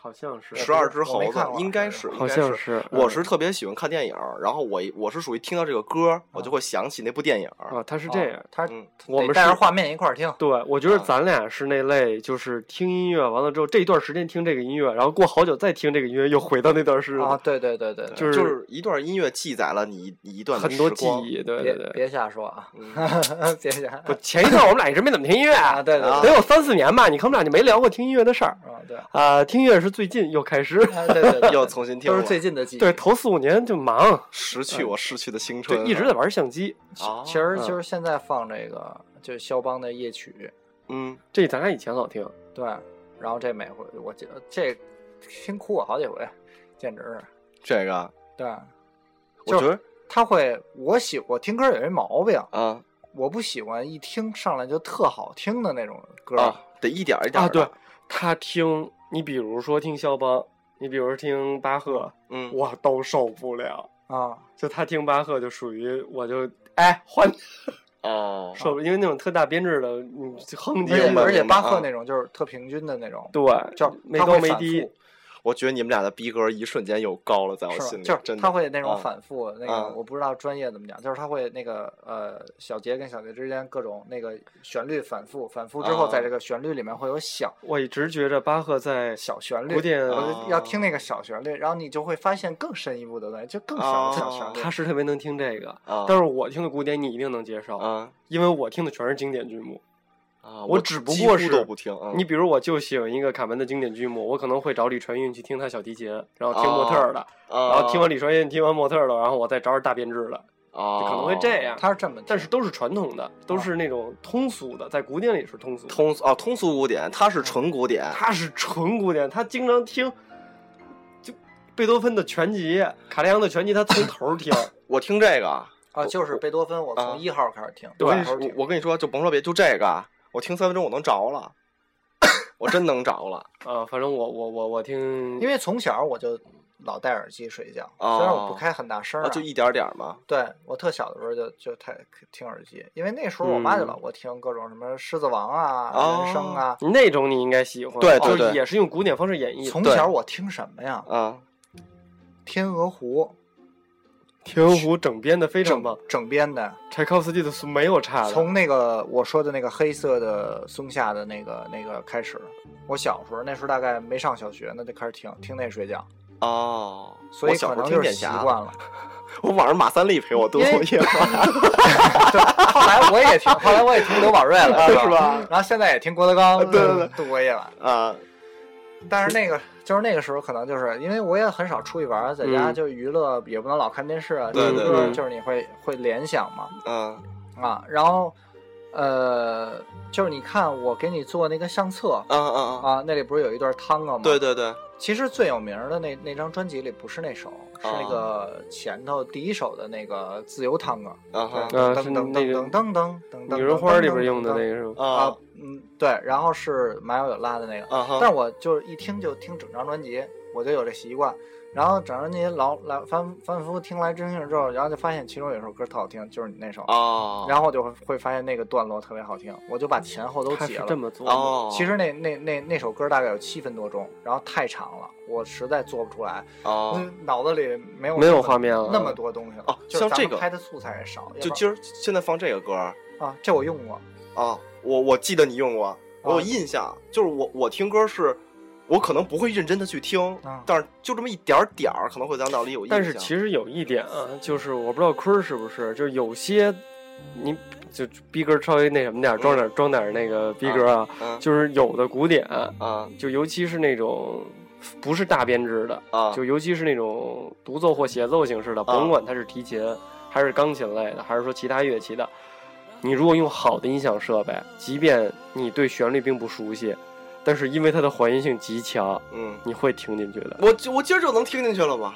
S3: 好像是
S4: 十二只猴
S2: 没
S4: 子
S2: 看过
S4: 应该是，
S3: 好
S4: 应该
S3: 像是
S4: 我
S3: 嗯
S4: 是特别喜欢看电影儿，然后我我是属于听到这个歌儿，我就会想起那部电影儿。
S3: 啊，他是这样
S2: 哦，他
S4: 嗯
S3: 我们
S2: 得带着
S3: 是
S2: 画面一块儿听。
S3: 对，我觉得
S4: 啊
S3: 咱俩是那类，就是听音乐完了之后，这一段时间听这个音乐，然后过好久再听这个音乐，又回到那段时
S2: 啊，
S3: 间，
S2: 对对对对，对
S3: 就是
S4: 就是一段音乐记载了你一你一段的
S3: 很多
S4: 时
S3: 记
S4: 光。
S3: 忆。对
S2: 别
S3: 对嗯对，
S2: 别瞎说啊， 别瞎
S3: 我前一段我们俩一直没怎么听音乐
S2: 啊，对 对
S4: 啊
S2: 对
S3: 得有三四年吧。你看我们俩就没聊过听音乐的事儿
S2: 啊对啊
S3: 啊，听音乐是最近又开始，
S2: 对对对，
S4: 又 重新听
S2: 都
S4: 了，
S2: 是最近的记忆。
S3: 对，头四五年就忙，
S4: 失去我逝去的青春
S3: 就
S4: 了，
S3: 嗯一直在玩相机。
S4: 啊。
S2: 其实
S3: 嗯
S2: 就是现在放这个，就是肖邦的夜曲，
S4: 嗯，
S3: 这咱俩以前老听，
S2: 对，然后这每回我记得这听哭我好几回，简直是
S4: 这个
S2: 对。
S4: 我觉
S2: 就
S4: 得
S2: 他会，我喜我听歌有一毛病，
S4: 啊
S2: 我不喜欢一听上来就特好听的那种歌。
S4: 啊，得一点儿一点
S3: 啊，
S4: 儿的
S3: 对，他听你，比如说听肖邦，你比如说听巴赫，
S4: 嗯，
S3: 我都受不了。
S2: 啊，
S3: 就他听巴赫，就属于我就哎换
S4: 哦，
S3: 受不了，因为那种特大编制的，嗯，哼
S2: 啊而
S3: 唧
S2: 且
S4: 明白
S2: 而且
S4: 明白
S2: 巴赫
S4: 啊
S2: 那种就是特平均的那种，
S3: 对，
S2: 就是
S3: 没
S2: 他
S3: 高
S2: 会
S3: 没
S2: 反
S3: 低
S2: 复，
S4: 我觉得你们俩的逼格一瞬间又高了，在我
S2: 是
S4: 心
S2: 吧？
S4: 里，
S2: 就是
S4: 真的
S2: 他会那种
S4: 啊
S2: 反复，那
S4: 啊
S2: 个我不知道专业怎么讲，就是他会那个呃，小节跟小节之间各种那个旋律反复，反复之后，
S4: 啊
S2: 在这个旋律里面会有小
S3: 我一直觉着巴赫在
S2: 小旋律，
S3: 古典，
S2: 我
S4: 啊
S2: 就要听那个小旋律，然后你就会发现更深一步的东西，就更小
S4: 啊
S2: 的小旋律。
S3: 他是特别能听这个，
S4: 啊，
S3: 但是我听的古典你一定能接受，
S4: 啊
S3: 因为我听的全是经典剧目。
S4: 啊，
S3: 我只不
S4: 几
S3: 过
S4: 乎
S3: 是
S4: 都不听，
S2: 啊
S4: 嗯
S3: 你比如我就喜欢一个卡门的经典剧目，我可能会找李传韵去听他小提琴，然后听模特儿的，
S4: 啊，
S3: 然后听完李传韵，听完模特儿的，然后我再找找大编制的，
S4: 啊，
S3: 就可能会这样。
S2: 他是这么听，
S3: 但是都是传统的，都是那种通俗的，在古典里是通俗的。
S4: 通俗哦，通俗古典，它是纯古典，
S3: 他是纯古典，他经常听，就贝多芬的全集、卡列扬的全集，他从头儿听。
S4: 我听这个，
S2: 啊，就是贝多芬，我
S4: 啊
S2: 从一号开始听，
S4: 我跟你
S2: 从头
S4: 说
S2: 听，
S4: 我跟你说，就甭说别，就这个，我听三分钟我能着了，我真能着 了
S3: 啊，反正我我我我听，
S2: 因为从小我就老戴耳机睡觉，
S4: 哦
S2: 虽然我不开很大声
S4: 啊，
S2: 啊，
S4: 就一点点儿嘛，
S2: 对我特小的时候就就太听耳机，因为那时候我妈就老给我听各种什么《狮子王》啊、
S4: 嗯哦
S2: 人生》啊。
S3: 那种你应该喜欢，
S4: 对对
S3: 就是
S4: 对
S3: 也是用古典方式演绎的。
S2: 从
S4: 对
S2: 小我听什么呀？
S4: 啊
S2: 《天鹅湖
S3: 天鹅湖整编的》非常
S2: 整
S3: 棒，
S2: 整编的，
S3: 柴可夫斯基的没有差的。
S2: 从那个我说的那个黑色的松下的那个那个开始，我小时候那时候大概没上小学呢，就开始听听那睡觉，
S4: 哦，
S2: 所以
S4: 我小
S2: 可
S4: 时
S2: 能
S4: 候听
S2: 就是
S4: 蝙
S2: 习
S4: 侠
S2: 惯，了。
S4: 我晚上马三立陪我度
S2: 因为
S4: 过夜晚，
S2: 后来我也听，后来我也听刘宝瑞 了，
S4: 是吧？
S2: 然后现在也听郭德纲，
S4: 对对对
S2: 度过夜晚。
S4: 啊
S2: 但是那个就是那个时候，可能就是因为我也很少出去玩儿，在家
S3: 嗯
S2: 就娱乐，也不能老看电视啊，
S4: 对
S2: 听
S4: 对
S2: 歌
S3: 对
S2: 就是你会会联想嘛
S4: 啊
S2: 啊，然后呃，就是你看我给你做那个相册
S4: 啊啊啊，
S2: 啊，那里不是有一段探戈吗？
S4: 对，对对，
S2: 其实最有名儿的那那张专辑里不是那首，是那
S4: 啊
S2: 个前头第一首的那个自由探戈，
S4: 啊哈
S2: 噔
S3: 啊
S2: 噔
S3: 是
S2: 噔
S3: 那个
S2: 噔噔噔噔噔，
S3: 女人花里边
S2: 噔
S3: 用的
S2: 噔
S3: 那个是吗？
S2: 啊
S4: 啊，
S2: 嗯，对，然后是马友友拉的那个。
S4: 啊哈，
S2: 但是我就是一听就听整张专辑，我就有这习惯。然后整张专辑老来反反反复复听来听去之后，然后就发现其中有一首歌特好听，就是你那首。
S4: 哦，
S2: 然后我就会会发现那个段落特别好听，我就把前后都
S3: 他
S2: 截
S3: 是
S2: 了。
S3: 这么做的。
S4: 哦，
S2: 其实那那那那首歌大概有七分多钟，然后太长了，我实在做不出来，
S4: 哦
S2: 嗯，脑子里没有
S3: 没有
S2: 那么
S3: 画面了
S2: 那么多东西了。
S4: 哦
S2: 就是
S4: 像
S2: 咱
S4: 这
S2: 们
S4: 个
S2: 拍的素材也少，
S4: 就
S2: 今
S4: 今儿现在放这个歌儿
S2: 啊，这我用过，
S4: 啊，我我记得你用过，我有印象，就是我我听歌是。我可能不会认真的去听，
S2: 啊
S4: 但是就这么一点儿点儿，可能会在脑里有印象。
S3: 但是其实有一点啊，
S4: 嗯
S3: 就是我不知道坤儿是不是，就是有些你就逼格稍微那什么点儿，装点儿装点儿那个逼格啊，
S4: 嗯
S3: 就是有的古典，
S4: 啊
S3: 就尤其是那种不是大编制的，
S4: 啊，
S3: 就尤其是那种独奏或协奏形式的，甭管它是提琴还是钢琴类的，还是说其他乐器的，你如果用好的音响设备，即便你对旋律并不熟悉，但是因为它的还原性极强，
S4: 嗯，
S3: 你会听进去的。
S4: 我就我今儿就能听进去了吧？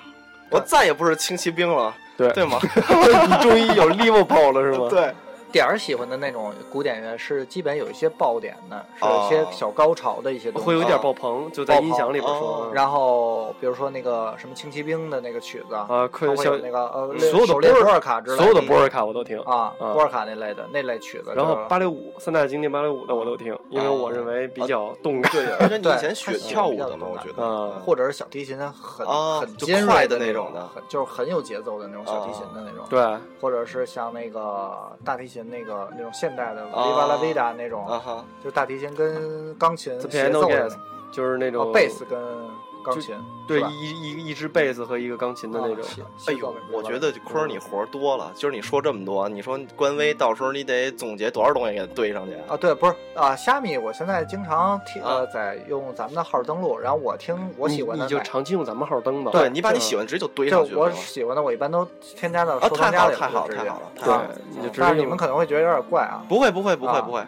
S4: 我再也不是轻骑兵了，
S3: 对，
S4: 对 吗？
S3: 你终于有 Liverpool 了是吗？
S4: 对，
S2: 点儿喜欢的那种古典乐是基本有一些爆点的，是有
S4: 哦
S2: 一些小高潮的一些东西。哦
S3: 会有点爆棚，就在音响里边
S4: 爆
S3: 说。嗯
S4: 棚
S3: 后
S2: 然后比如说那个什么轻骑兵的那个曲子，
S3: 啊，
S2: 它
S3: 可
S2: 会
S3: 小
S2: 有那个呃
S3: 所有的
S2: 手列
S3: 波尔
S2: 波尔卡之类
S3: 所有的波尔卡我都听，
S2: 啊，
S3: 啊
S2: 波尔卡那类的那类曲子。
S3: 然
S2: 就是
S3: 后芭蕾舞三大经典芭蕾舞的我都听，因为我认为比较动感。
S4: 对，而且你
S2: 啊对
S4: 以前学
S2: 它喜欢
S4: 跳舞
S2: 比较
S4: 的嘛，
S2: 动
S4: 我
S2: 感
S4: 觉得，
S3: 嗯
S2: 或者是小提琴很
S4: 啊
S2: 很
S4: 就
S2: 尖锐
S4: 快的那
S2: 那
S4: 种的
S2: 很就是很有节奏的那种小提琴的那种，
S3: 对，
S2: 或者是像那个大提琴那个那种现代
S4: 哦
S2: 的 Viva la vida 那
S4: 啊
S2: 种，
S4: 哈，
S2: 就大提琴跟钢琴
S3: The
S2: 协
S3: piano
S2: 奏的
S3: jazz 就是那
S2: 那种，
S3: 种
S2: 哦贝斯，跟钢琴，啊
S3: 对
S2: 是吧哦
S3: 一一一只贝斯和一个钢琴的那种。
S4: 哎呦，我觉得坤儿你活儿多了，今儿你说这么多，你说官微到时候你得总结多少东西给它堆上去啊？
S2: 啊，对，不是啊，虾米，我现在经常听
S4: 啊
S2: 呃，在用咱们的号登录，然后我听我喜欢
S3: 你
S2: 的
S3: 你就
S2: 哪，
S3: 长期用咱们号登吧。
S4: 对你把
S2: 这
S4: 你喜欢直接就堆上去
S2: 就
S4: 了
S2: 我
S4: 对吗
S2: 喜欢的，我一般都添加到
S4: 啊
S2: 收藏
S4: 太好
S2: 夹里
S4: 了太好了
S2: 头直
S4: 太
S2: 接
S4: 好了太
S3: 对
S4: 好
S2: 啊
S4: 了！，
S3: 你就直
S2: 但是
S3: 接
S2: 你们
S3: 用。
S2: 可能会觉得有点怪啊，
S4: 不会不会不会
S2: 啊
S4: 不会，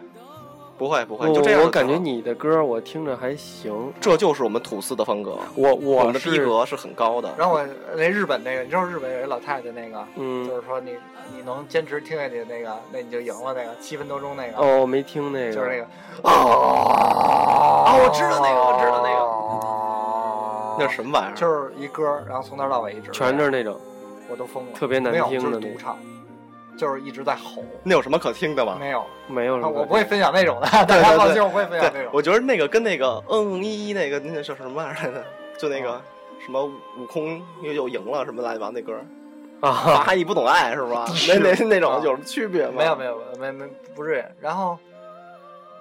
S4: 不会不会，就这样
S3: 我
S4: 就
S3: 我感觉
S4: 行了
S3: 你的歌我听着还行，
S4: 这就是我们吐司的风格，
S3: 我
S4: 我
S3: 我
S4: 们的
S3: 是
S4: 逼格是很高的。
S2: 然后我那日本那个，你知道日本有一老太太那个，就
S3: 嗯
S2: 是说你你能坚持听下去那个，那你就赢了那个七分多钟那个，
S3: 哦没听那
S2: 就是那
S3: 个，
S2: 个啊
S4: 啊，我知道那个，我知道那个，
S2: 那
S4: 那是什么玩意儿？
S2: 就是一歌，然后从头到尾一直
S3: 全是那种。
S2: 我都疯了，
S3: 特别难
S2: 没有
S3: 听的
S2: 就是
S3: 那
S2: 独
S3: 种
S2: 唱，就是一直在吼，
S4: 那有什么可听的吗？
S2: 没有，
S3: 没有什
S2: 啊
S3: 么。
S2: 我不会分享 那种的，大家放心，我不会分享那
S4: 对，
S2: 种。
S4: 我觉得那个跟那个嗯一那个那叫什么玩意儿来着？就那个什么悟空又又赢了什么乱七八糟那歌儿，
S3: 啊，
S4: 蚂蚁不懂爱是吧？那那那种有什么区别吗？
S2: 没有没有没没不至于。然后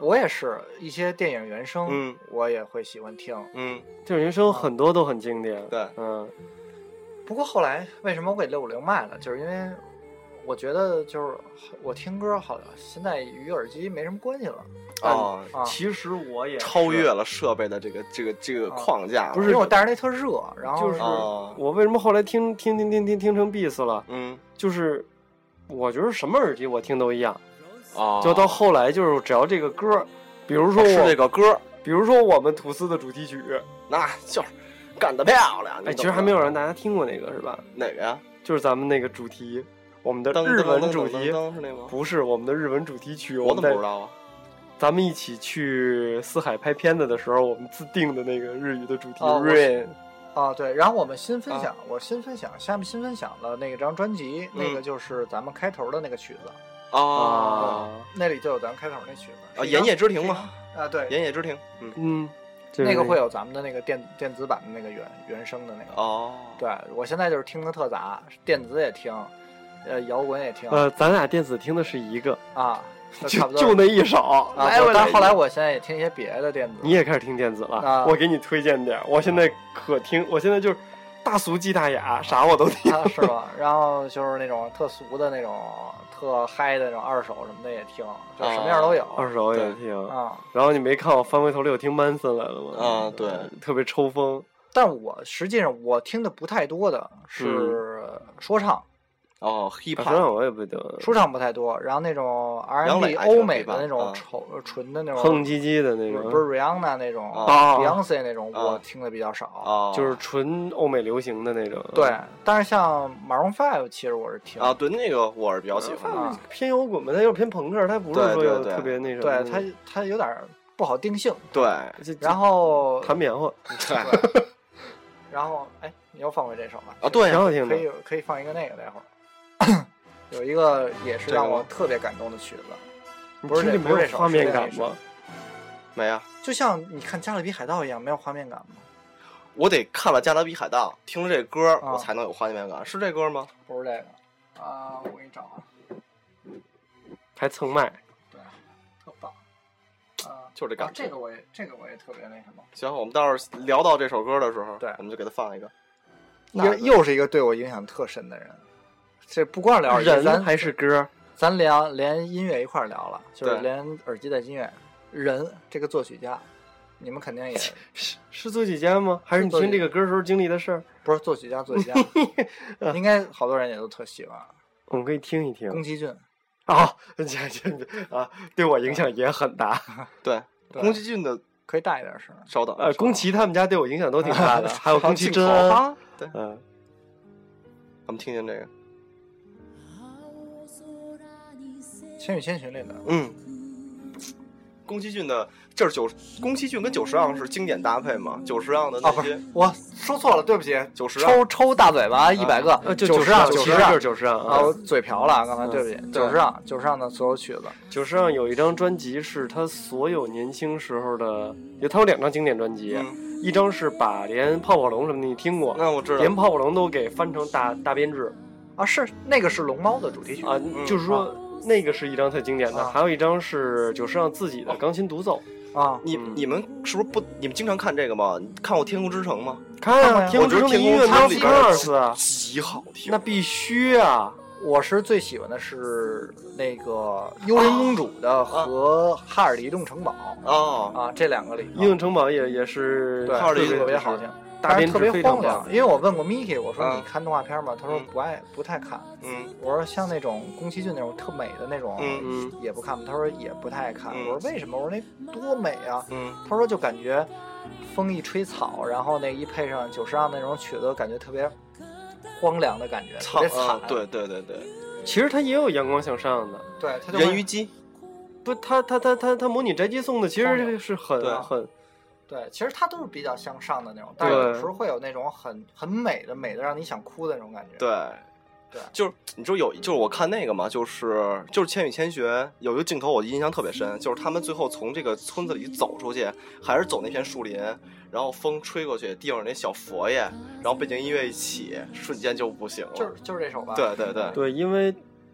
S2: 我也是一些电影原声，
S4: 嗯
S2: 我也会喜欢听。
S4: 嗯，
S3: 这种人生很多都很经典。
S4: 对
S3: 嗯，
S2: 不过后来为什么我给六五零卖了，就是因为我觉得就是我听歌好像现在与耳机没什么关系了
S4: 哦，
S2: 啊。
S3: 其实我也是
S4: 超越了设备的这个这个这个
S2: 啊
S4: 框架了，
S2: 不是，因为我戴着那特热，然后
S3: 就是
S4: 哦
S3: 我为什么后来听听听听听听成 Beats 了，
S4: 嗯
S3: 就是我觉得什么耳机我听都一样，
S4: 哦，
S3: 就到后来就是只要这个歌儿，比如说
S4: 是
S3: 我，
S4: 这个歌儿，
S3: 比如说我们吐司的主题曲，
S4: 那嗯就是干得漂亮。你
S3: 哎，
S4: 懂
S3: 其实还没有让大家听过那个是吧？
S4: 哪个呀？
S3: 就是咱们那个主题，我们的
S4: 噔
S3: 日文主
S4: 噔噔噔
S3: 题
S4: 噔，噔是那吗？
S3: 不是我们的日文主题曲，
S4: 我
S3: 们
S4: 怎么
S3: 在
S4: 不知道啊？
S3: 咱们一起去四海拍片子的时候，我们自定的那个日语的主题
S2: 哦我
S3: Rain，
S2: 啊，对，然后我们新分享，我新分享，下面新分享的那张专辑，那个就是咱们开头的那个曲子，
S4: 啊
S3: 啊，
S2: 那里就有咱们开头那曲子
S4: 啊！言叶之庭嘛，
S2: 嘛，啊，对，
S4: 言叶之庭，嗯，
S3: 嗯，这
S2: 那个会有咱们的那个电电子版的那个原原声的那个。
S4: 哦，
S2: 对我现在就是听的特杂，电子也听，呃，摇滚也听
S3: 呃，咱俩电子听的是一个，
S2: 啊， 那
S3: 就
S2: 差不多
S3: 就那一首。
S2: 啊。
S3: 来
S2: 我
S3: 回来
S2: 但后来
S3: 一首
S2: 我现在也听一些别的电子，
S3: 你也开始听电子了，
S2: 啊
S3: 我给你推荐点儿。我现在可听，我现在就是大俗即大雅，啥我都听。
S2: 啊是吧？然后就是那种特俗的那种、特嗨的那种二手什么的也听，就什么样都有
S3: 二手也听。
S2: 啊。
S3: 然后你没看我翻回头又听 Manson 来了吗？
S4: 啊对
S3: 特别抽风。
S2: 但我实际上我听的不太多的
S4: 嗯
S2: 是说唱，
S4: 哦，hip
S3: 啊说唱
S4: hop，
S3: 我也不听，
S2: 说唱不太多，然后那种
S4: 杨
S2: R&B
S4: 磊爱听
S2: 欧美
S4: 黑怕
S2: 的那
S4: 啊
S2: 种丑、呃纯的那种，
S3: 哼唧唧的那
S2: 不
S3: 种，
S2: 是 Rihanna 那种、
S4: 啊
S2: Beyonce 那种，
S4: 啊
S2: 我听的比较少。
S4: 哦，
S3: 就是纯欧美流行的那种。
S2: 对，但是像 Maroon Five 其实我是听，
S4: 啊，对，那个我是比较喜欢的。
S2: 啊
S3: 偏摇滚吧，它又偏朋克，它不是
S4: 对
S3: 说
S4: 对
S3: 有
S4: 对
S3: 特别那什么
S2: 对
S3: 的。
S2: 它
S4: 嗯
S2: 它有点不好定性。
S4: 对，
S3: 这这
S2: 然后，
S3: 弹棉花
S2: 对然后哎，你又放回这首吧？
S4: 啊，对
S3: 挺
S4: 呀，
S3: 好
S2: 哎
S3: 听
S2: 可
S3: 的
S2: 以。可以放一个那个，待会儿 有一个也是
S4: 这个
S2: 让我
S4: 吗
S2: 特别感动的曲子。
S3: 你
S2: 不是
S3: 听
S2: 这
S3: 着没
S2: 不是
S3: 有
S2: 这首
S3: 画
S2: 是
S3: 面
S2: 另外
S3: 感
S2: 一首
S3: 吗？
S4: 没呀，
S2: 就像你看《加勒比海盗》一样，没有画面感吗？
S4: 我得看了《加勒比海盗》，听了这歌儿，
S2: 啊
S4: 我才能有画面感。是这歌吗？
S2: 不是这个啊，我给你找啊，
S3: 还蹭麦，
S2: 对，特棒啊，
S4: 就是这感
S2: 啊
S4: 觉。
S2: 这个我也这个我也特别那什么，
S4: 行，我们到时候聊到这首歌的时候，
S2: 对
S4: 我们就给他放一个。那
S2: 又又是一个对我影响特深的人。这不光是聊耳机，
S3: 人
S2: 咱
S3: 还是歌？
S2: 咱聊连音乐一块儿聊了，就是
S4: 对
S2: 连耳机带音乐。人这个作曲家，你们肯定也
S3: 是是作曲家吗？还是你
S2: 作曲
S3: 听这个歌时候经历的事儿？
S2: 不是作曲家，作曲家应该好多人也都特喜欢
S3: 我们可以听一听
S2: 宫崎骏。
S3: 啊，这这啊，对我影响也很大。
S4: 对，
S2: 对
S4: 宫崎骏的，
S2: 可以大一点声，
S4: 稍等，
S3: 呃，宫崎他们家对我影响都挺大的， 还有宫崎真
S4: 好
S3: 安。
S4: 吧对，
S3: 嗯，
S4: 咱们听听这个，
S2: 《千与千寻》里的
S4: 嗯，宫崎骏的，这是九，宫崎骏跟久石让是经典搭配嘛？久石让的
S2: 啊，
S4: 那
S2: 不
S4: 些
S2: 是，我说错了，对不起，
S4: 久石让
S2: 抽抽大嘴巴一百个
S3: 呃，，就
S2: 九十让，
S3: 九
S2: 九
S3: 十
S2: 十
S3: 让，
S2: 让
S3: 就是九十让
S2: 啊，嗯
S3: 啊
S2: 我。嘴瓢了，刚才对不起，九十让，九十让的所有曲子，
S3: 九十让啊有一张专辑是他所有年轻时候的，也他有两张经典专辑，
S4: 嗯
S3: 一张是把连泡泡龙什么的你听过，
S4: 那我知道
S3: 连，泡泡龙都给翻成大大编制
S2: 啊，是那个是龙猫的主题曲
S3: 啊，就是说。那个是一张特经典的，
S2: 啊
S3: 还有一张是久石让自己的钢琴独奏。
S2: 啊，
S4: 你
S3: 嗯
S4: 你们是不是不？你们经常看这个吗？你看过《天空之城》吗？
S3: 看
S2: 啊
S3: 天空之城的音乐
S4: 我觉得天空之城里
S3: Nancy
S4: 边的
S3: Kerr 啊，
S4: 极好听，
S3: 那必须啊！
S2: 我是最喜欢的是那个幽灵公主的和哈尔的移动城堡
S4: 哦，
S2: 啊，这两个里头
S3: 应用城堡也也是
S2: 对
S4: 哈尔的移动
S2: 特别
S4: 城堡
S2: 好听，
S3: 大
S2: 但
S3: 编
S2: 是
S3: 制
S2: 特别
S3: 非常
S2: 荒凉，
S3: 棒
S2: 因为我问过 Miki，我说
S4: 嗯
S2: 你看动画片吗？他说
S4: 嗯
S2: 不爱，不太看。
S4: 嗯，
S2: 我说像那种宫崎骏那种特美的那种
S4: 嗯
S2: 也不看吗？他说也不太爱看。
S4: 嗯
S2: 我说为什么？我说那多美啊！
S4: 嗯
S2: 他说就感觉风一吹草，然后那一配上久石让那种曲子，感觉特别荒凉的感觉，特
S4: 操
S2: 别惨
S4: 啊。，对对对对，
S3: 其实他也有阳光向上的，
S2: 对，他就
S4: 人鱼
S2: 会
S4: 姬，
S3: 不，他他他他他模拟宅急送的其实是
S4: 对
S3: 很很
S2: 对，其实他都是比较向上的那种，但是
S3: 对
S2: 有时候会有那种很很美的美的让你想哭的那种感觉。
S4: 对，
S2: 对
S4: 就是你知道有就是我看那个嘛，就是就是《千与千寻》有一个镜头我印象特别深，就是他们最后从这个村子里走出去，还是走那片树林，然后风吹过去，地上有那小佛爷，然后背景音乐一起，瞬间就不行了。
S2: 就是就是这首吧。
S4: 对对对
S3: 对，因为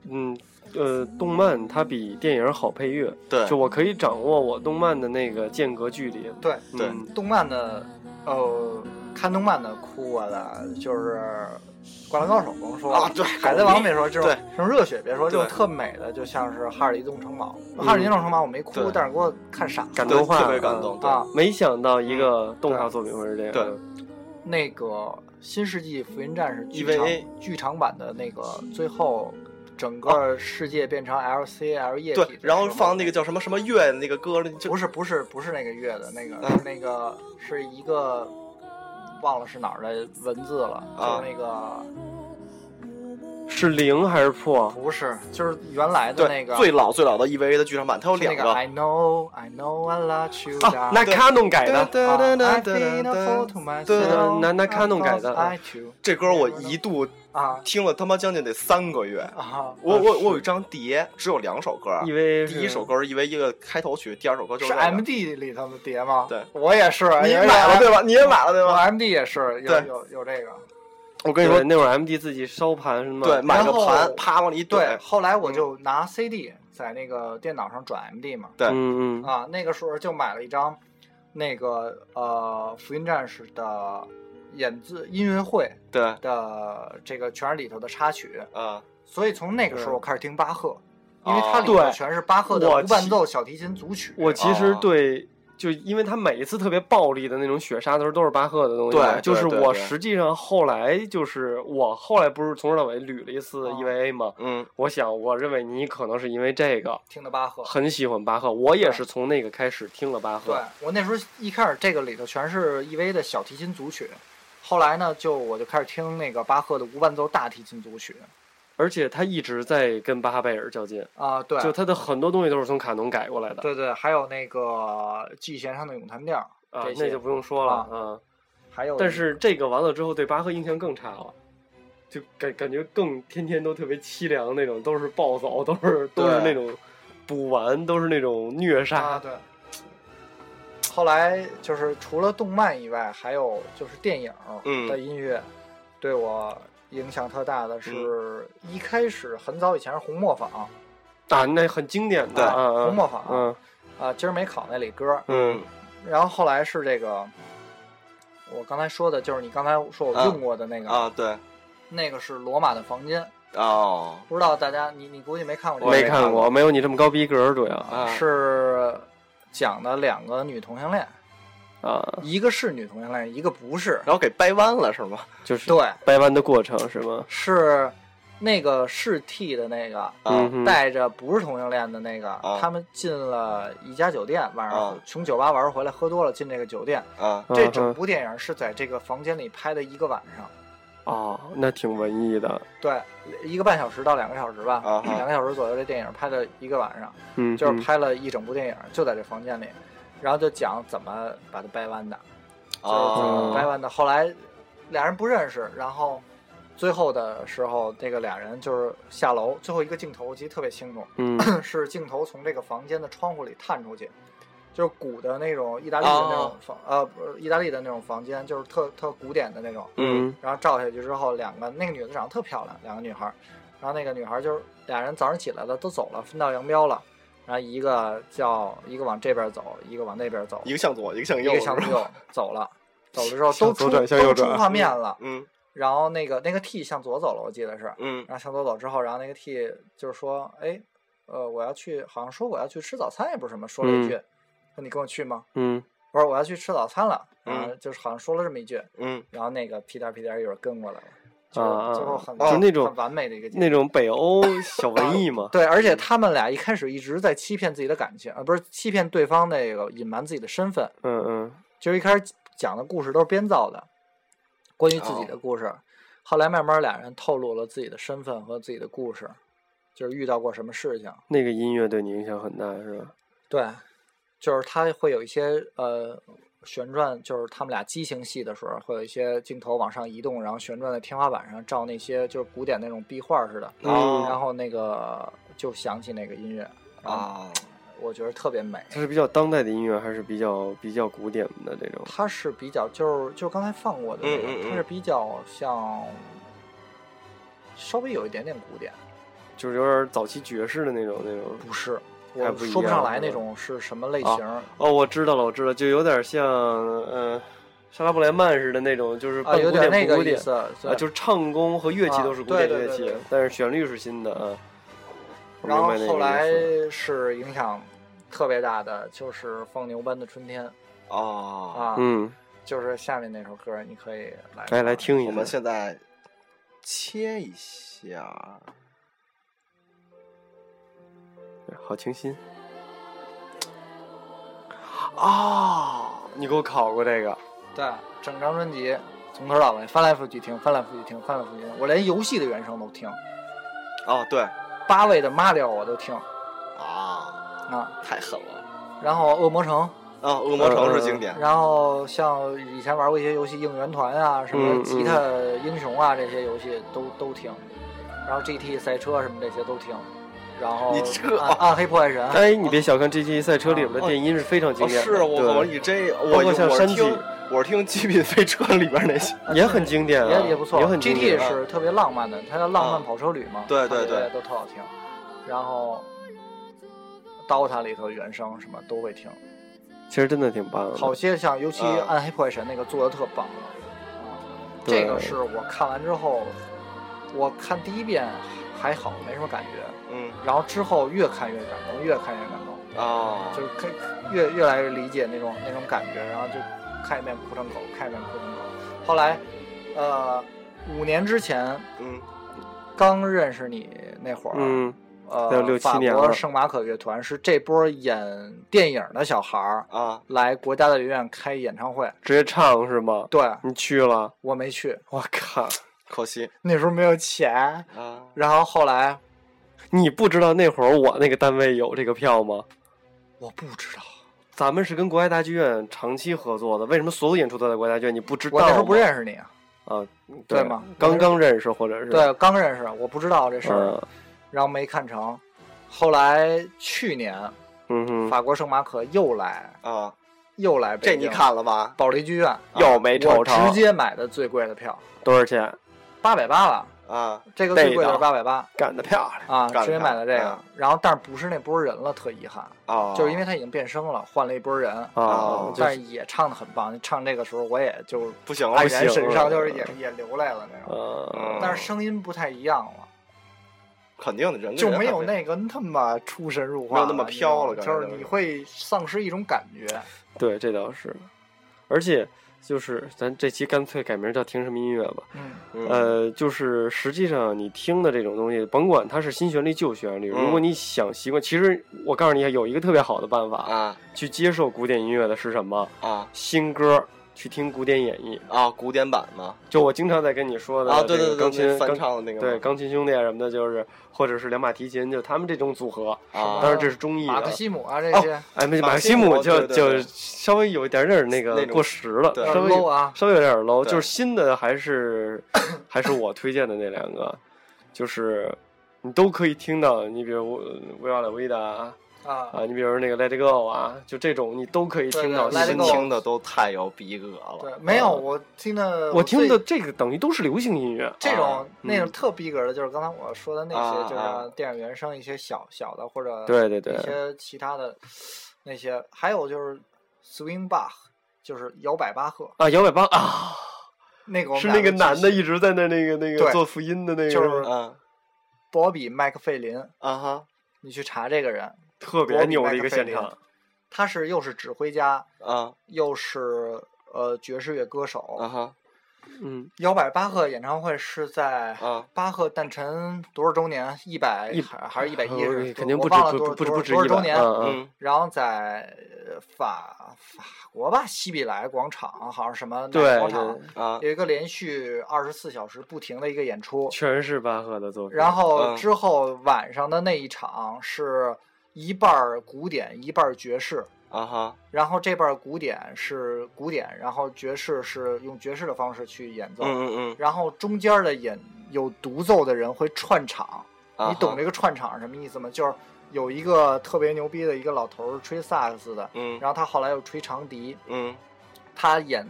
S3: 嗯呃，动漫它比电影好配乐，
S4: 对，
S3: 就我可以掌握我动漫的那个间隔距离。
S2: 对，
S4: 对
S3: 嗯，
S2: 动漫的，呃，看动漫的哭过的，就是《灌篮高手》甭 说了，
S4: 啊对
S2: 海贼王》别说，这种
S4: 对
S2: 这种热血别说，这
S4: 对
S2: 种特美的，就像是《哈尔的移动城堡》。
S3: 嗯
S2: 哈尔的移动城堡》我没哭，
S4: 对
S2: 但是给我看傻了。
S3: 感
S4: 对
S3: 动画
S4: 特别感动。对
S2: 啊，
S3: 没想到一个动画作品会是这样。
S4: 对
S2: 那个《新世纪福音战士》剧
S4: EVA
S2: 场剧场版的那个最后。整个世界变成 L C L 液体的时候，
S4: 哦对，然后放那个叫什么什么月那个歌，那就
S2: 不是不是不是那个月的那个，
S4: 嗯
S2: 是那个是一个忘了是哪儿的文字了，
S4: 啊
S2: 就是那个
S3: 是零还是破？
S2: 不是，就是原来的
S4: 对
S2: 那个
S4: 最老最老的 EVA 的剧场版，它有
S2: 是那
S4: 两
S2: 个 I know I know I love you
S3: 啊，那
S2: 对
S3: 卡农改的。
S2: 啊
S4: 哒哒
S2: I feel a fool to
S4: 对
S2: myself
S4: 对
S3: 那那看弄改的
S2: because I too
S4: 这歌我一度
S2: 啊
S4: 听了他妈将近得三个月。
S2: 啊，
S4: 我我我有一张碟，只有两首歌，
S3: 因为
S4: 第一首歌是 EVA 个开头曲，第二首歌就是这个
S2: M D 里头的碟吗？
S4: 对，
S2: 我也是，
S4: 你
S2: 也
S4: 也
S2: 是
S4: 买了对吧？你也买了对
S2: 我
S4: 吧？
S2: M D 也是有
S4: 对
S2: 有有这个，
S3: 我跟你说，那会儿 M D 自己烧盘是吗？
S4: 对，买个
S2: 然后
S4: 盘，啪往里一
S2: 对，
S4: 怼，
S2: 后来
S4: 嗯
S2: 我就拿 C D 在那个电脑上转 M D 嘛，
S4: 对
S3: 嗯嗯，
S2: 啊，那个时候就买了一张那个呃《福音战士》的演字音乐会
S4: 对，
S2: 的这个全是里头的插曲，
S4: 啊，
S2: 所以从那个时候我开始听巴赫，
S4: 哦
S2: 因为它里头
S3: 对
S2: 全是巴赫的
S3: 我
S2: 无伴
S3: 其
S2: 奏小提琴组曲。
S3: 我其实
S4: 哦
S3: 对。就因为他每一次特别暴力的那种血杀的时候，都是巴赫的东西嘛。
S4: 对对
S3: 就是
S4: 对
S3: 我
S4: 对
S3: 实际上后来就是我后来不是从头到尾捋了一次
S2: 哦
S3: EVA 嘛。
S4: 嗯，
S3: 我想，我认为你可能是因为这个
S2: 听的巴赫，
S3: 很喜欢巴赫，我也
S2: 对
S3: 是从那个开始听了巴
S2: 对
S3: 赫。
S2: 我那时候一开始这个里头全是 EV 的小提琴组曲，后来呢，就我就开始听那个巴赫的无伴奏大提琴组曲
S3: 而且他一直在跟巴哈贝尔较劲，
S2: 啊、对，
S3: 就他的很多东西都是从卡农改过来的。
S2: 对对，还有那个 G 弦上的咏叹调，
S3: 啊
S2: 这，
S3: 那
S2: 些
S3: 就不用说了啊。
S2: 还有
S3: 但是这个完了之后，对巴赫印象更差了，就感感觉更天天都特别凄凉那种，都是暴走，都是都是那种补完，都是那种虐
S2: 啊，
S3: 杀。
S2: 对。后来就是除了动漫以外，还有就是电影
S4: 嗯
S2: 的音乐，对我影响特大的是，
S3: 嗯
S2: 一开始很早以前是红磨坊，
S3: 啊，那很经典的
S4: 对
S3: 啊啊
S2: 红磨坊
S3: 嗯
S2: 啊，今儿没考那里歌，
S3: 嗯
S2: 然后后来是这个，我刚才说的就是你刚才说我用过的那个，
S4: 啊，对，
S2: 那个是罗马的房间，
S4: 哦，
S2: 不知道大家你你估计没看过这
S3: 我
S2: 个，啊
S3: 嗯没
S4: 看
S3: 看
S4: 过
S3: 过，没有你这么高逼格儿，主要
S4: 啊，
S2: 是讲的两个女同性恋，
S3: 啊，
S2: 一个是女同性恋，一个不是，
S4: 然后给掰弯了是吗？
S3: 就是
S2: 对。
S3: 掰弯的过程是吗？
S2: 是那个试 T 的那个，
S3: 嗯哦
S4: 啊，
S3: 哼
S2: 带着不是同性恋的那个，
S4: 啊
S2: 他们进了一家酒店，晚上
S4: 啊
S2: 从酒吧玩儿回来，喝多了进这个酒店。
S4: 啊，
S2: 这
S3: 哦嗯
S2: 整
S3: 哼
S2: 部电影是在这个房间里拍的一个晚上，
S3: 哦，那挺文艺的，
S2: 对，一个半小时到两个小时吧，
S4: 啊哈
S2: 两个小时左右。这电影拍了一个晚上，
S3: 嗯哼，
S2: 就是拍了一整部电影，就在这房间里，然后就讲怎么把它掰弯的。就是怎么
S4: 哦
S2: 掰弯的。后来俩人不认识，然后最后的时候，这个俩人就是下楼，最后一个镜头我记得特别清楚，
S3: 嗯
S2: 是镜头从这个房间的窗户里探出去，就是古的那种意大利的那种
S4: 哦
S2: 房，呃，不是意大利的那种房间，就是特特古典的那种。
S3: 嗯
S2: 然后照下去之后，两个那个女的长得特漂亮，两个女孩儿，然后那个女孩儿就是俩人早上起来了都走了，分道扬镳了。然后一个叫一个往这边走，一个往那边走，
S4: 一个向左，一个向
S2: 一
S4: 右，
S2: 个向
S4: 是吧
S2: 右走了，走了之后都
S3: 向左
S2: 出
S3: 转向右
S2: 都出
S3: 转
S2: 画面了，
S4: 嗯
S2: 然后那个那个 T 向左走了，我记得是，
S4: 嗯
S2: 然后向左走之后，然后那个 T 就是说，哎，呃，我要去，好像说我要去吃早餐，也不是什么，说了一句，说你跟我去吗？
S3: 嗯，
S2: 我说我要去吃早餐了，
S4: 嗯
S2: 然后就是好像说了这么一句，
S4: 嗯，
S2: 然后那个屁颠儿屁颠儿一会儿跟过来了，就
S3: 啊
S2: 最后
S3: 啊
S2: 很
S3: 就那种
S2: 很完美的一个结
S3: 那
S2: 局。，
S3: 种北欧小文艺嘛
S2: 对，而且他们俩一开始一直在欺骗自己的感情，啊，不是欺骗对方那个隐瞒自己的身份，
S3: 嗯嗯。
S2: 就是一开始讲的故事都是编造的，关于自己的故事。后来慢慢俩人透露了自己的身份和自己的故事，就是遇到过什么事情。
S3: 那个音乐对你影响很大是吧？
S2: 对，就是他会有一些呃旋转，就是他们俩激情戏的时候，会有一些镜头往上移动，然后旋转在天花板上，照那些就是古典那种壁画似的，
S3: 嗯
S4: 哦
S2: 然后那个就响起那个音乐，
S4: 啊，
S2: 我觉得特别美。
S3: 它是比较当代的音乐，还是比较比较古典的这种？
S2: 它是比较就是就是刚才放过的那
S4: 嗯嗯嗯
S2: 个，它是比较像稍微有一点点古典，
S3: 就是有点早期爵士的那种那种。
S2: 不是，
S3: 还
S2: 我
S3: 不一
S2: 说不上
S3: 样
S2: 来那
S3: 是吧
S2: 种是什么类型。
S3: 哦，我知道了，我知道，就有点像呃莎拉布莱曼似的那种，就是
S2: 啊，
S3: 半
S2: 有
S3: 古
S2: 点
S3: 典
S2: 那
S3: 不
S2: 个
S3: 古
S2: 意
S3: 典
S2: 思，
S3: 啊，就是唱功和乐器
S2: 啊
S3: 都是古
S2: 对
S3: 典
S2: 对
S3: 乐
S2: 对
S3: 器，
S2: 对
S3: 但是旋律是新的啊。我
S2: 然
S3: 明
S2: 后
S3: 白那
S2: 后
S3: 个
S2: 来
S3: 意思
S2: 是影响特别大的，就是《放牛班的春天》
S4: 哦，
S2: 啊，
S3: 嗯，
S2: 就是下面那首歌，你可以来
S3: 来来听
S4: 我
S3: 一
S4: 们
S3: 下，
S4: 现在切一下，
S3: 好清新。啊，你给我考过这个，
S2: 对整张专辑从头到尾翻来覆去听，翻来覆去听，翻来覆去听，我连游戏的原声都听，
S4: 哦，对
S2: 八位的 Mario 我都听
S4: 啊，
S2: 啊，
S4: 太狠了
S2: 然后恶魔城，
S4: 啊！恶魔城是经典，
S2: 然后像以前玩过一些游戏应援团啊，什
S3: 嗯
S2: 么
S3: 嗯
S2: 吉他英雄啊这些游戏都都听，然后 GT 赛车什么这些都听，然后
S4: 你这
S2: 暗暗黑破坏神，
S3: 哎，你别小看 GT 赛车里边的电音是非常经
S4: 哦，
S3: 典的，
S4: 是我我
S3: 对
S4: 你这我
S3: 包括像
S4: 我是
S3: 山脊
S4: 听我是听《极品飞车》里边那些，
S3: 也很经典啊，
S2: 也也不错
S3: 也很经典嗯
S2: ，GT 是特别浪漫的，它叫浪漫跑车旅嘛，
S4: 对对
S2: 它这
S4: 对
S2: 些都特好听。然后，DOTA 里头的原声什么都会听，
S3: 其实真的挺棒的。
S2: 好些像尤其
S3: 呃
S4: 嗯
S2: 《暗黑破坏神》那个做的特棒的，啊这个
S3: 对
S2: 是我看完之后，我看第一遍还好，没什么感觉，
S4: 嗯
S2: 然后之后越看越感动，越看越感动，
S4: 啊，
S2: 就是可以越越来越理解那种那种感觉，然后就看一遍哭成狗，看一遍哭成狗。后来，呃，五年之前
S4: 嗯
S2: 刚认识你那会儿，
S3: 嗯，
S2: 呃
S3: 得，六七年
S2: 法国
S3: 了
S2: 圣马可乐团是这波演电影的小孩儿
S4: 啊，
S2: 来国家的影院开演唱会，
S3: 直接唱是吗？
S2: 对
S3: 你去了，
S2: 我没去，
S3: 我靠！
S4: 可惜
S2: 那时候没有钱。
S4: 啊，
S2: 然后后来
S3: 你不知道那会儿我那个单位有这个票吗？
S2: 我不知道，
S3: 咱们是跟国家大剧院长期合作的，为什么所有演出都在国家大剧院？你不知道
S2: 我那时候不
S3: 吗
S2: 认识你啊，
S3: 啊？
S2: 对吗
S3: 刚刚认识或者是
S2: 对，刚认识，我不知道这事儿，
S3: 嗯
S2: 然后没看成。后来去年
S3: 嗯哼，
S2: 法国圣马可又来
S4: 啊，
S2: 又来北
S4: 这
S2: 京，
S4: 你看了吧？
S2: 保利剧院
S3: 又没瞅
S2: 我
S3: 瞅
S2: 直接买的最贵的票，
S3: 多少钱？
S2: 八百八了，
S4: 啊，
S2: 这个最贵
S3: 对
S2: 的
S3: 的
S2: 八百八
S3: 干得漂亮！
S2: 啊，
S4: 干
S2: 直接
S4: 得
S2: 买的这
S4: 漂
S2: 个
S4: 亮。
S2: 然后但是不是那波人了，特遗憾，
S4: 哦，
S2: 就是因为他已经变声了，换了一波人。
S4: 哦
S3: 啊，
S2: 但是也唱的很棒，唱这个时候我也就
S4: 不哦行了哦
S2: 黯
S3: 不，
S2: 然
S3: 行
S2: 神伤，
S3: 了
S2: 就是也也流泪了那种。
S3: 呃，
S2: 但是声音不太一样了，
S4: 肯定的人跟
S2: 就
S4: 人
S2: 没
S4: 还
S2: 有
S4: 是
S2: 那个那么出神入化
S4: 没
S2: 了，
S4: 有那么飘了
S2: 你知
S4: 感觉
S2: 道吗就是你会丧失一种感觉。
S3: 对，这倒是，而且就是咱这期干脆改名叫听什么音乐吧。
S2: 嗯，
S4: 嗯
S3: 呃，就是实际上你听的这种东西，甭管它是新旋律旧旋律，如果
S4: 嗯
S3: 你想习惯，其实我告诉你，有一个特别好的办法，
S4: 啊
S3: 去接受古典音乐的是什么？
S4: 啊
S3: 新歌去听古典演绎。
S4: 啊，古典版嘛，
S3: 就我经常在跟你说的
S4: 啊，对
S3: 这
S4: 对
S3: 个
S4: 对
S3: 钢
S4: 对，
S3: 琴
S4: 翻
S3: 钢
S4: 唱的那个
S3: 对
S4: 嘛，
S3: 钢琴兄弟啊什么的，就是或者是两把提琴，就他们这种组合。
S4: 啊
S3: 当然这是中意
S2: 马克
S3: 的。
S2: 西姆啊这
S3: 哦
S2: 些，
S3: 哎，没
S4: 马
S3: 马
S4: 克
S3: 克
S4: 西
S3: 西
S4: 姆
S3: 姆就
S4: 对对
S3: 就
S4: 对
S3: 稍微有一点点
S4: 那
S3: 那个
S4: 种
S3: 过时了，
S4: 对
S3: 稍微
S2: low 啊
S3: 稍微有点 low。
S4: 对
S3: 就是新的 还是还是我推荐的那两个，就是你都可以听到。你比如维瓦莱维达啊，
S2: 啊，
S3: 你比如那个 Let It Go 啊，就这种你都可以
S2: 对
S3: 听
S2: 对
S3: 到
S2: 来
S3: 新
S2: 这
S4: 你
S2: 个
S4: 们
S3: 的。
S4: 听的都太有逼格
S2: 对
S4: 了，，
S2: 没有，我听的
S3: 呃我听
S2: 最
S3: 的这个等于都是流行音乐，
S2: 这
S4: 啊
S2: 种那
S3: 嗯
S2: 种特逼格的，就是刚才我说的那
S4: 啊
S2: 些，
S4: 啊
S2: 就是电影原声一些小小的或者
S3: 对对对
S2: 一些其他的那些，还有就是 swing Bach，就是摇摆巴赫，
S3: 啊，摇摆帮啊，
S2: 那个我们
S3: 是
S2: 俩
S3: 那个
S2: 就
S3: 男的一直在那那个那个
S2: 对
S3: 做福音的那个，
S2: 就是啊
S3: 吗
S4: 嗯
S2: 博比麦克费林，
S4: 啊哈
S2: 你去查这个人，
S3: 特别
S2: 国民
S3: 牛
S2: 麦
S3: 的一
S2: 克
S3: 个
S2: 菲
S3: 现
S2: 林
S3: 场。
S2: 他是又是指挥家，
S4: 啊
S2: 又是呃爵士乐歌
S4: 啊
S2: 手。
S4: 哈
S3: 嗯，
S2: 摇摆巴赫演唱会是在
S4: 啊
S2: 巴赫诞辰多少周年？一百
S3: 一
S2: 还还是一百一
S3: 呃
S2: 十？
S3: 肯定
S2: 我
S3: 不止
S2: 忘了多
S3: 不
S2: 少
S3: 不止
S2: 多
S3: 不
S2: 少多少
S3: 止一
S2: 周
S3: 百，
S2: 年。
S3: 嗯嗯
S4: 嗯
S2: 然后在呃法法国吧，西比莱广场好像什么
S3: 对
S2: 广
S3: 对
S2: 场
S4: 啊
S2: 有一个连续二十四小时不停的一个演出，
S3: 全是巴赫的作品。
S2: 然后
S4: 嗯
S2: 之后晚上的那一场是一半儿古典一半儿爵士，
S4: 啊哈，
S2: 然后这边古典是古典，然后爵士是用爵士的方式去演奏，
S4: 嗯嗯
S2: 然后中间的演有独奏的人会串场，
S4: 嗯，
S2: 你懂这
S4: 个，
S2: 个串场是什么意思吗？就是有一个特别牛逼的一个老头儿吹萨克斯的，
S4: 嗯
S2: 然后他后来又吹长笛，
S4: 嗯
S2: 他演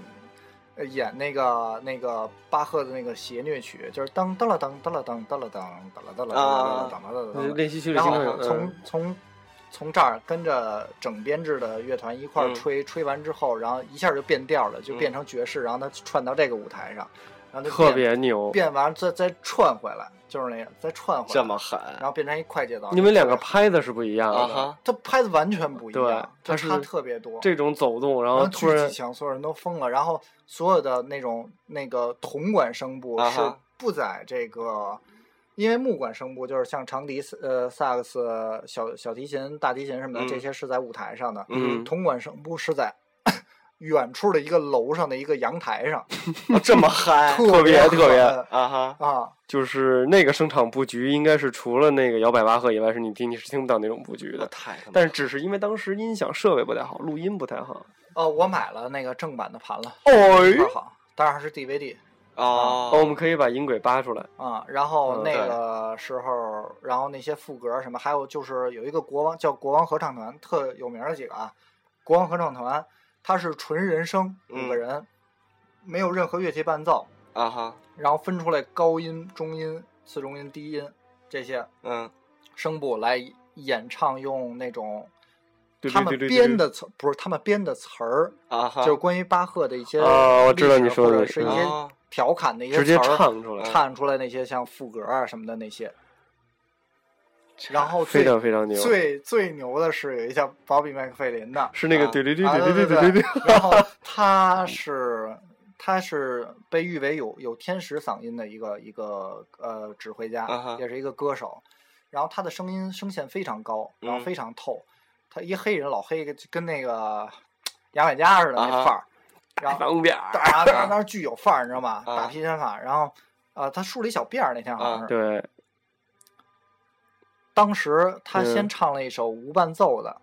S2: 呃演那个那个巴赫的那个协谑曲，就是噔噔了噔噔了噔噔了噔噔了噔了噔了噔了噔了噔，
S3: 练习曲
S2: 嗯
S3: 里
S2: 然
S3: 经
S2: 后
S3: 常有
S2: 从从从这儿跟着整编制的乐团一块儿
S4: 嗯
S2: 吹，吹完之后，然后一下就变调了，就变成爵士，然后他串到这个舞台上，然后就
S3: 特
S2: 变
S3: 别牛。
S2: 变完再再串回来，就是那个再串回
S4: 这
S2: 来，
S4: 么
S2: 然
S4: 狠，
S2: 后变成一快节奏。
S3: 你们两个
S2: 就是
S3: 拍子是不一样
S4: 啊
S3: 的，
S4: 哈，
S2: 这拍子完全不一
S3: 对
S2: 样，就
S3: 它是
S2: 差特别多。
S3: 这种走动，
S2: 然
S3: 然后
S2: 后
S3: 突
S2: 巨
S3: 然
S2: 击强，所有人都疯了。然后所有的那种那个铜管声部
S4: 啊
S2: 是
S4: 哈
S2: 不在这个，因为木管声部就是像长笛、呃萨克斯、小小提琴、大提琴什么的，
S4: 嗯
S2: 这些是在舞台上的。
S4: 嗯
S2: 铜管声部是在 远处的一个楼上的一个阳台上，
S4: 啊这么 嗨，
S3: 特别特别
S2: 狠
S4: 啊哈，
S2: 啊！
S3: 就是那个声场布局，应该是除了那个摇摆巴赫以外，是你听你是听不到那种布局
S4: 我
S2: 啊
S3: 的。
S4: 太他妈
S3: 但是只是因为当时音响设备不太好，录音不太好。
S2: 哦，我买了那个正版的盘了，
S3: 哦
S2: 特好，当然还是 DVD。
S3: 啊
S4: 哦，
S3: 我们可以把音轨扒出来。
S2: 啊、然后
S3: 嗯
S2: 那
S4: 对
S2: 个时候，然后那些副歌什么，还有就是有一个国王叫国王合唱团，特有名儿的几个啊，国王合唱团，它是纯人声五个
S4: 嗯
S2: 人，没有任何乐器伴奏，
S4: 啊哈，
S2: 然后分出来高音、中音、次中音、低音这些
S4: 嗯
S2: 声部来演唱，用那种
S3: 对
S2: 他
S3: 对
S2: 们
S3: 对对
S2: 编
S3: 对
S2: 的词，不是他们编的词儿，
S4: 啊哈，
S2: 就是关于巴赫的一些
S3: 啊我知
S2: 历
S3: 道
S2: 史
S3: 你说
S2: 或者
S3: 的
S2: 是一
S3: 嗯
S2: 些
S4: 哦
S2: 调侃的一些
S3: 直接
S2: 词儿
S3: 唱出
S4: 嗯
S3: 来，
S2: 唱出来那些像副歌啊什么的那些。然后最
S3: 非常非常牛。
S2: 最最牛的是有一叫保比麦克费林的，啊
S3: 是那个
S4: 啊
S3: 对对对对
S2: 对
S3: 对对对，
S2: 然后他是他是被誉为有有天使嗓音的一个一个呃指挥家
S4: 啊哈，
S2: 也是一个歌手。然后他的声音声线非常高，然后
S4: 嗯
S2: 非常透。他一黑人老黑，跟那个牙买加似的
S4: 啊哈
S2: 那范儿。然后
S3: 方便。
S2: 打打那儿巨有范儿，你知道吗？
S4: 啊
S2: 打披肩法，然后呃，他梳了一小辫儿，那天好像是。
S3: 对，
S2: 当时他
S3: 嗯
S2: 先唱了一首无伴奏的，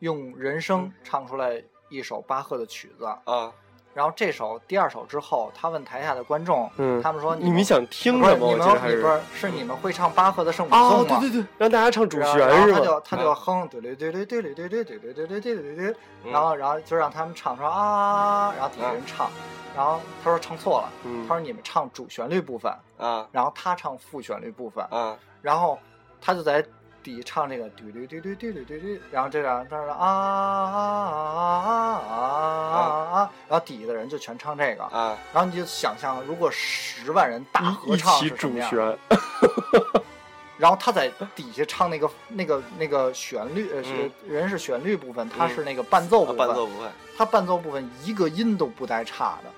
S2: 用人声唱出来一首巴赫的曲子。
S4: 啊
S2: 然后这首第二首之后，他问台下的观众，
S3: 嗯
S2: 他们说：“
S3: 你
S2: 们
S3: 们想听
S2: 不是
S3: 什么？
S2: 你
S3: 我记得还
S2: 们
S3: 是
S2: 你不是是你们会唱巴赫的圣母
S3: 哦，
S2: 颂
S3: 对
S2: 吗？”
S3: 对对，让大家唱主
S2: 然后然
S3: 旋
S2: 后
S3: 是
S2: 他就
S3: 吧？
S2: 他就哼，对对对对对对对对对对对对对对
S4: 嗯
S2: 对，然后然后就让他们唱说啊，然后底下人唱，然后他说唱错了，
S3: 嗯
S2: 他说你们唱主旋律部分，
S4: 啊
S2: 然后他唱副旋律部分，
S4: 啊
S2: 然后他就在底唱这个嘟嘟嘟嘟嘟嘟嘟嘟，然后这样他说啊啊啊啊啊啊，然后底下的人就全唱这个，
S4: 啊，
S2: 然后你就想象如果十万人大
S3: 一
S2: 合
S3: 一
S2: 唱
S3: 起
S2: 是什
S3: 主
S2: 么样。
S3: 旋，
S2: 然后他在底下唱那个那个那个旋律，呃，是
S4: 嗯
S2: 人是旋律部分，他
S4: 嗯
S2: 是那个伴
S3: 啊
S2: 奏部分，
S4: 伴奏不会，
S2: 他伴奏部分一个音都不带差的，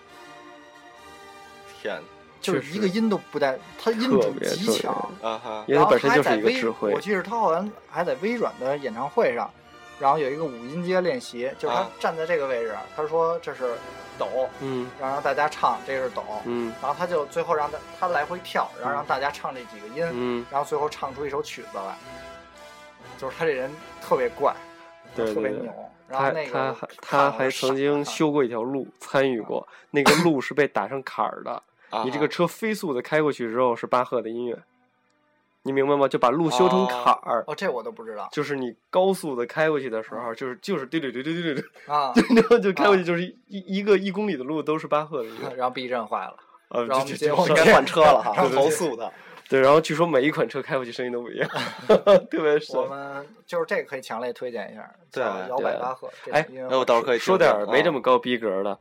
S4: 天
S2: 就是
S3: 确
S2: 一个
S3: 实
S2: 音都不带，他音
S3: 特
S2: 准
S3: 别
S2: 极
S3: 特别
S2: 强。
S4: 啊哈
S3: 因为
S2: 然
S3: 它
S2: 后
S3: 本身
S2: 他还
S3: 就
S2: 在
S3: 是一个
S2: 微，
S3: 指挥
S2: 我。记得他好像还在微软的演唱会上，然后有一个五音阶练习，就是他
S4: 啊
S2: 站在这个位置，他说这是抖，
S3: 嗯
S2: 然后让大家唱这个是抖，
S3: 嗯
S2: 然后他就最后让他他来回跳，然后让大家唱这几个音，
S3: 嗯，
S2: 然后最后唱出一首曲子来，就是他这人特别怪，
S3: 对
S2: 特
S3: 对
S2: 别
S3: 对
S2: 牛。。然后
S3: 他
S2: 那个
S3: 他还
S2: 我看
S3: 他
S2: 了
S3: 还
S2: 我就
S3: 曾经
S2: 傻了啊
S3: 修过一条路，参与 过，那个路是被打上坎儿的。
S4: 啊哈，
S3: 你这个车飞速的开过去之后是巴赫的音乐，你明白吗？就把路修成坎儿，
S2: 哦，这我都不知 道
S3: 就是你高速的开过去的时候，就是就是对对对对对对
S2: 嗯 啊。
S3: 对，然后就开过去就是一一个一公里的路都是巴赫的音乐。
S2: 然后避震坏了，
S3: 呃，
S2: 然后我们
S3: 这这
S2: 结
S3: 这
S2: 果
S4: 该换车了哈，
S3: 对对对
S4: 投诉他
S3: 对，然后据说每一款车开过去声音都不 一样，特别神
S2: 我。们就是这个可以强烈推荐一下，
S4: 对
S2: 叫摇摆巴赫。这
S3: 哎
S2: 个音乐
S4: 哎我到时候可以
S3: 说点儿没这
S4: 么啊
S3: 么高逼格的，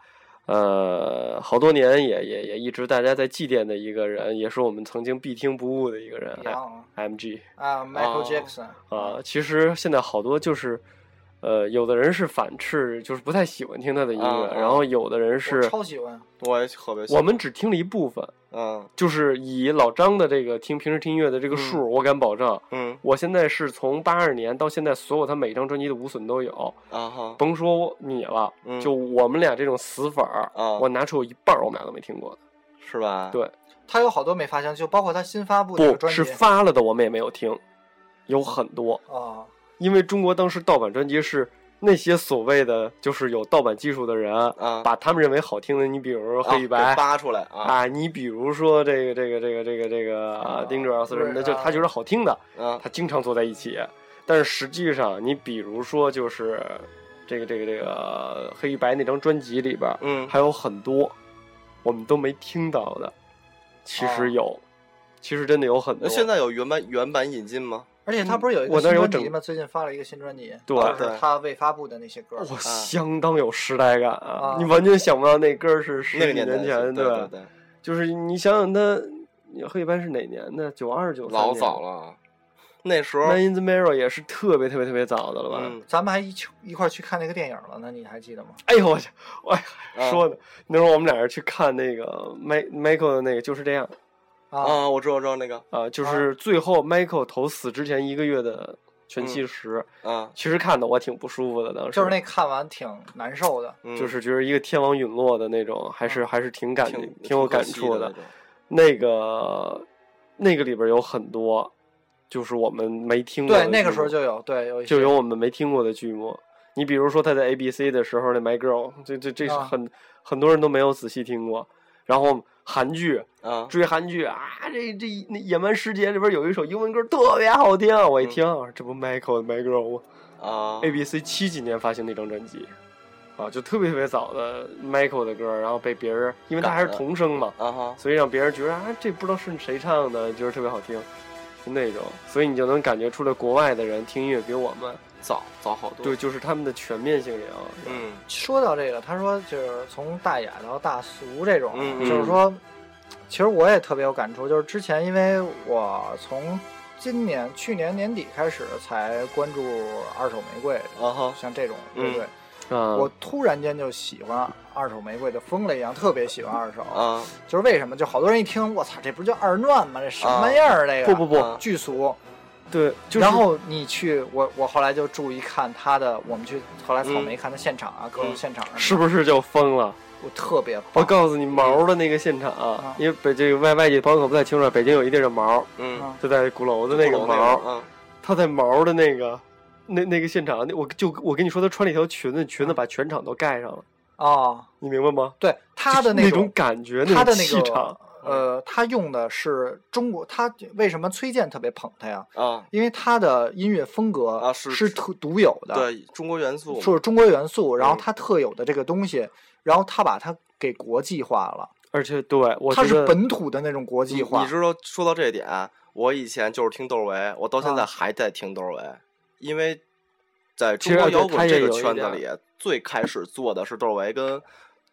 S3: 呃，好多年也也也一直大家在祭奠的一个人，也是我们曾经必听不误的一个人
S2: 一样
S3: ，M G
S2: 啊，Michael
S4: 哦
S2: Jackson
S3: 啊。其实现在好多就是，呃，有的人是反斥，就是不太喜欢听他的音乐，
S4: 啊
S3: 然后有的人
S2: 我
S3: 是
S2: 超喜欢，
S4: 我也特别喜
S3: 我
S4: 欢
S3: 们只听了一部分，
S4: 嗯
S3: 就是以老张的这个听平时听音乐的这个数，我敢保证。
S4: 嗯
S3: 我现在是从八二年到现在，所有他每一张专辑的无损都有，
S4: 啊哈
S3: 甭说你了，
S4: 嗯
S3: 就我们俩这种死粉儿，
S4: 啊
S3: 我拿出有一半儿我们俩都没听过的，
S4: 是吧？
S3: 对
S2: 他有好多没发行，就包括他新发布的那个
S3: 不
S2: 专
S3: 是
S2: 辑
S3: 发了的我们也没有听，有很多，
S2: 啊
S3: 因为中国当时盗版专辑是那些所谓的就是有盗版技术的人，
S4: 啊，
S3: 把他们认为好听的，你比如
S4: 啊
S3: 黑与白
S4: 给扒出来啊，
S3: 啊，你比如说这个这个这个这个这个啊
S2: 啊
S3: 丁哲斯什么的，
S2: 对
S3: 就
S2: 啊
S3: 他觉得好听的，
S4: 啊，
S3: 他经常坐在一起。但是实际上，你比如说就是这个这个这个黑与白那张专辑里边，
S4: 嗯，
S3: 还有很多我们都没听到的，其
S2: 哦
S3: 实有，其实真的有很多。
S4: 那现在有原版原版引进吗？
S2: 而且他不是有一
S3: 我
S2: 个
S3: 那
S2: 新
S3: 儿有
S2: 专辑
S3: 整
S2: 吗？最近发了一个新专辑，
S3: 对
S2: 就是
S4: 对
S2: 他未发布的那些歌。
S3: 哇，相当有时代感
S2: 啊！
S3: 啊你完全想不到那歌是十
S4: 那个
S3: 几
S4: 年代
S3: 年前，
S4: 对对对，
S3: 就是你想想他黑白是哪年的？九二九
S4: 老早。了，啊那时候
S3: 《Man in the Mirror》也是特别特别特别早的了吧？
S4: 嗯
S2: 咱们还一起一块儿去看那个电影了呢，你还记得吗？
S3: 哎呦我去，我
S4: 啊
S3: 还说呢，那时候我们俩人去看那个迈 Michael 的那个就是这样
S2: 啊，
S4: 啊，我知道我知道那个
S3: 啊、就是最后 Michael 投死之前一个月的全
S4: 嗯
S3: 息时，
S4: 啊，
S3: 其实看的我挺不舒服的，当时
S2: 就是那看完挺难受的。
S4: 嗯
S3: 就是觉得一个天王陨落的那种，还
S2: 啊
S3: 是还是挺感
S4: 挺
S3: 挺有
S4: 可
S3: 感
S4: 惜
S3: 触
S4: 的
S3: 的
S4: 那。种，啊
S3: 那个那个里边有很多，就是我们没听过的
S2: 对，
S3: 剧目。
S2: 那个时候就有，对，有一
S3: 就
S2: 些
S3: 有我们没听过的剧目。你比如说他在 A B C 的时候那 My Girl，这这这是
S2: 啊
S3: 很、很多人都没有仔细听过。然后韩剧
S4: 啊，
S3: 追韩剧啊，这这那《野蛮世界》里边有一首英文歌特别好听，我一
S2: 嗯
S3: 听、这不 Michael 的 My Girl 吗
S4: 啊
S3: ？A B C 七几年发行那张专辑。啊，就特别特别早的 Michael 的歌，然后被别人，因为他还是
S4: 改了
S3: 童声嘛，
S4: 啊哈，
S3: 所以让别人觉得啊，这不知道是谁唱的，觉得特别好听，就那种，所以你就能感觉出来国外的人听音乐比我们
S4: 早早好多，
S3: 对，，就是他们的全面性也要。
S4: 嗯
S2: 说到这个，他说就是从大雅到大俗这种，啊
S4: 嗯
S2: 就是说，其实我也特别有感触，就是之前因为我从今年去年年底开始才关注二手玫瑰，
S4: 啊哈，
S2: 像这种乐队，
S3: 啊，
S2: 我突然间就喜欢二手玫瑰的疯了一样，特别喜欢二手，
S4: 啊
S2: 就是为什么？就好多人一听，我操，这不就二人转吗？这什么玩意儿？这个
S3: 不不不，
S4: 啊
S2: 巨俗。
S3: 对，就是、
S2: 然后你去，我我后来就注意看他的，我们去后来草莓看他现场啊，各种现场什么的
S3: 是不是就疯了？
S2: 我特别
S3: 我
S4: 哦
S2: 棒。
S3: 告诉你，毛的那个现场啊，
S2: 啊
S3: 因为北这个外外界朋友可不太清楚，北京有一地儿叫毛，
S4: 嗯，
S3: 就在鼓楼的那个
S4: 骷髅
S3: 毛，
S4: 啊
S3: 他在毛的那个那那个现场，那我就我跟你说，他穿了一条裙子，
S2: 啊
S3: 裙子把全场都盖上了，
S2: 哦，
S3: 你明白吗？
S2: 对他的
S3: 就是那
S2: 种，
S3: 感觉，
S2: 他的
S3: 种
S2: 那
S3: 气
S2: 个
S3: 场，
S2: 呃，他用的是中国，他为什么崔健特别捧他呀？
S4: 啊，
S2: 因为他的音乐风格
S4: 啊是
S2: 是特独有的，
S4: 对，中国元素嘛，
S2: 是中国元素，然后
S4: 嗯
S2: 他特有的这个东西，然后他把它给国际化了，
S3: 而且对我
S2: 他
S3: 觉
S2: 是
S3: 得
S2: 本土的那种国际化
S4: 你。知道，说到这一点，我以前就是听窦唯，我到现在
S2: 啊
S4: 还在听窦唯，因为在
S3: 其
S4: 中
S3: 实
S4: 国
S3: 啊对
S4: 摇
S3: 他
S4: 滚
S3: 也
S4: 这个
S3: 有一
S4: 圈子
S3: 点
S4: 里，最开始做的是窦唯跟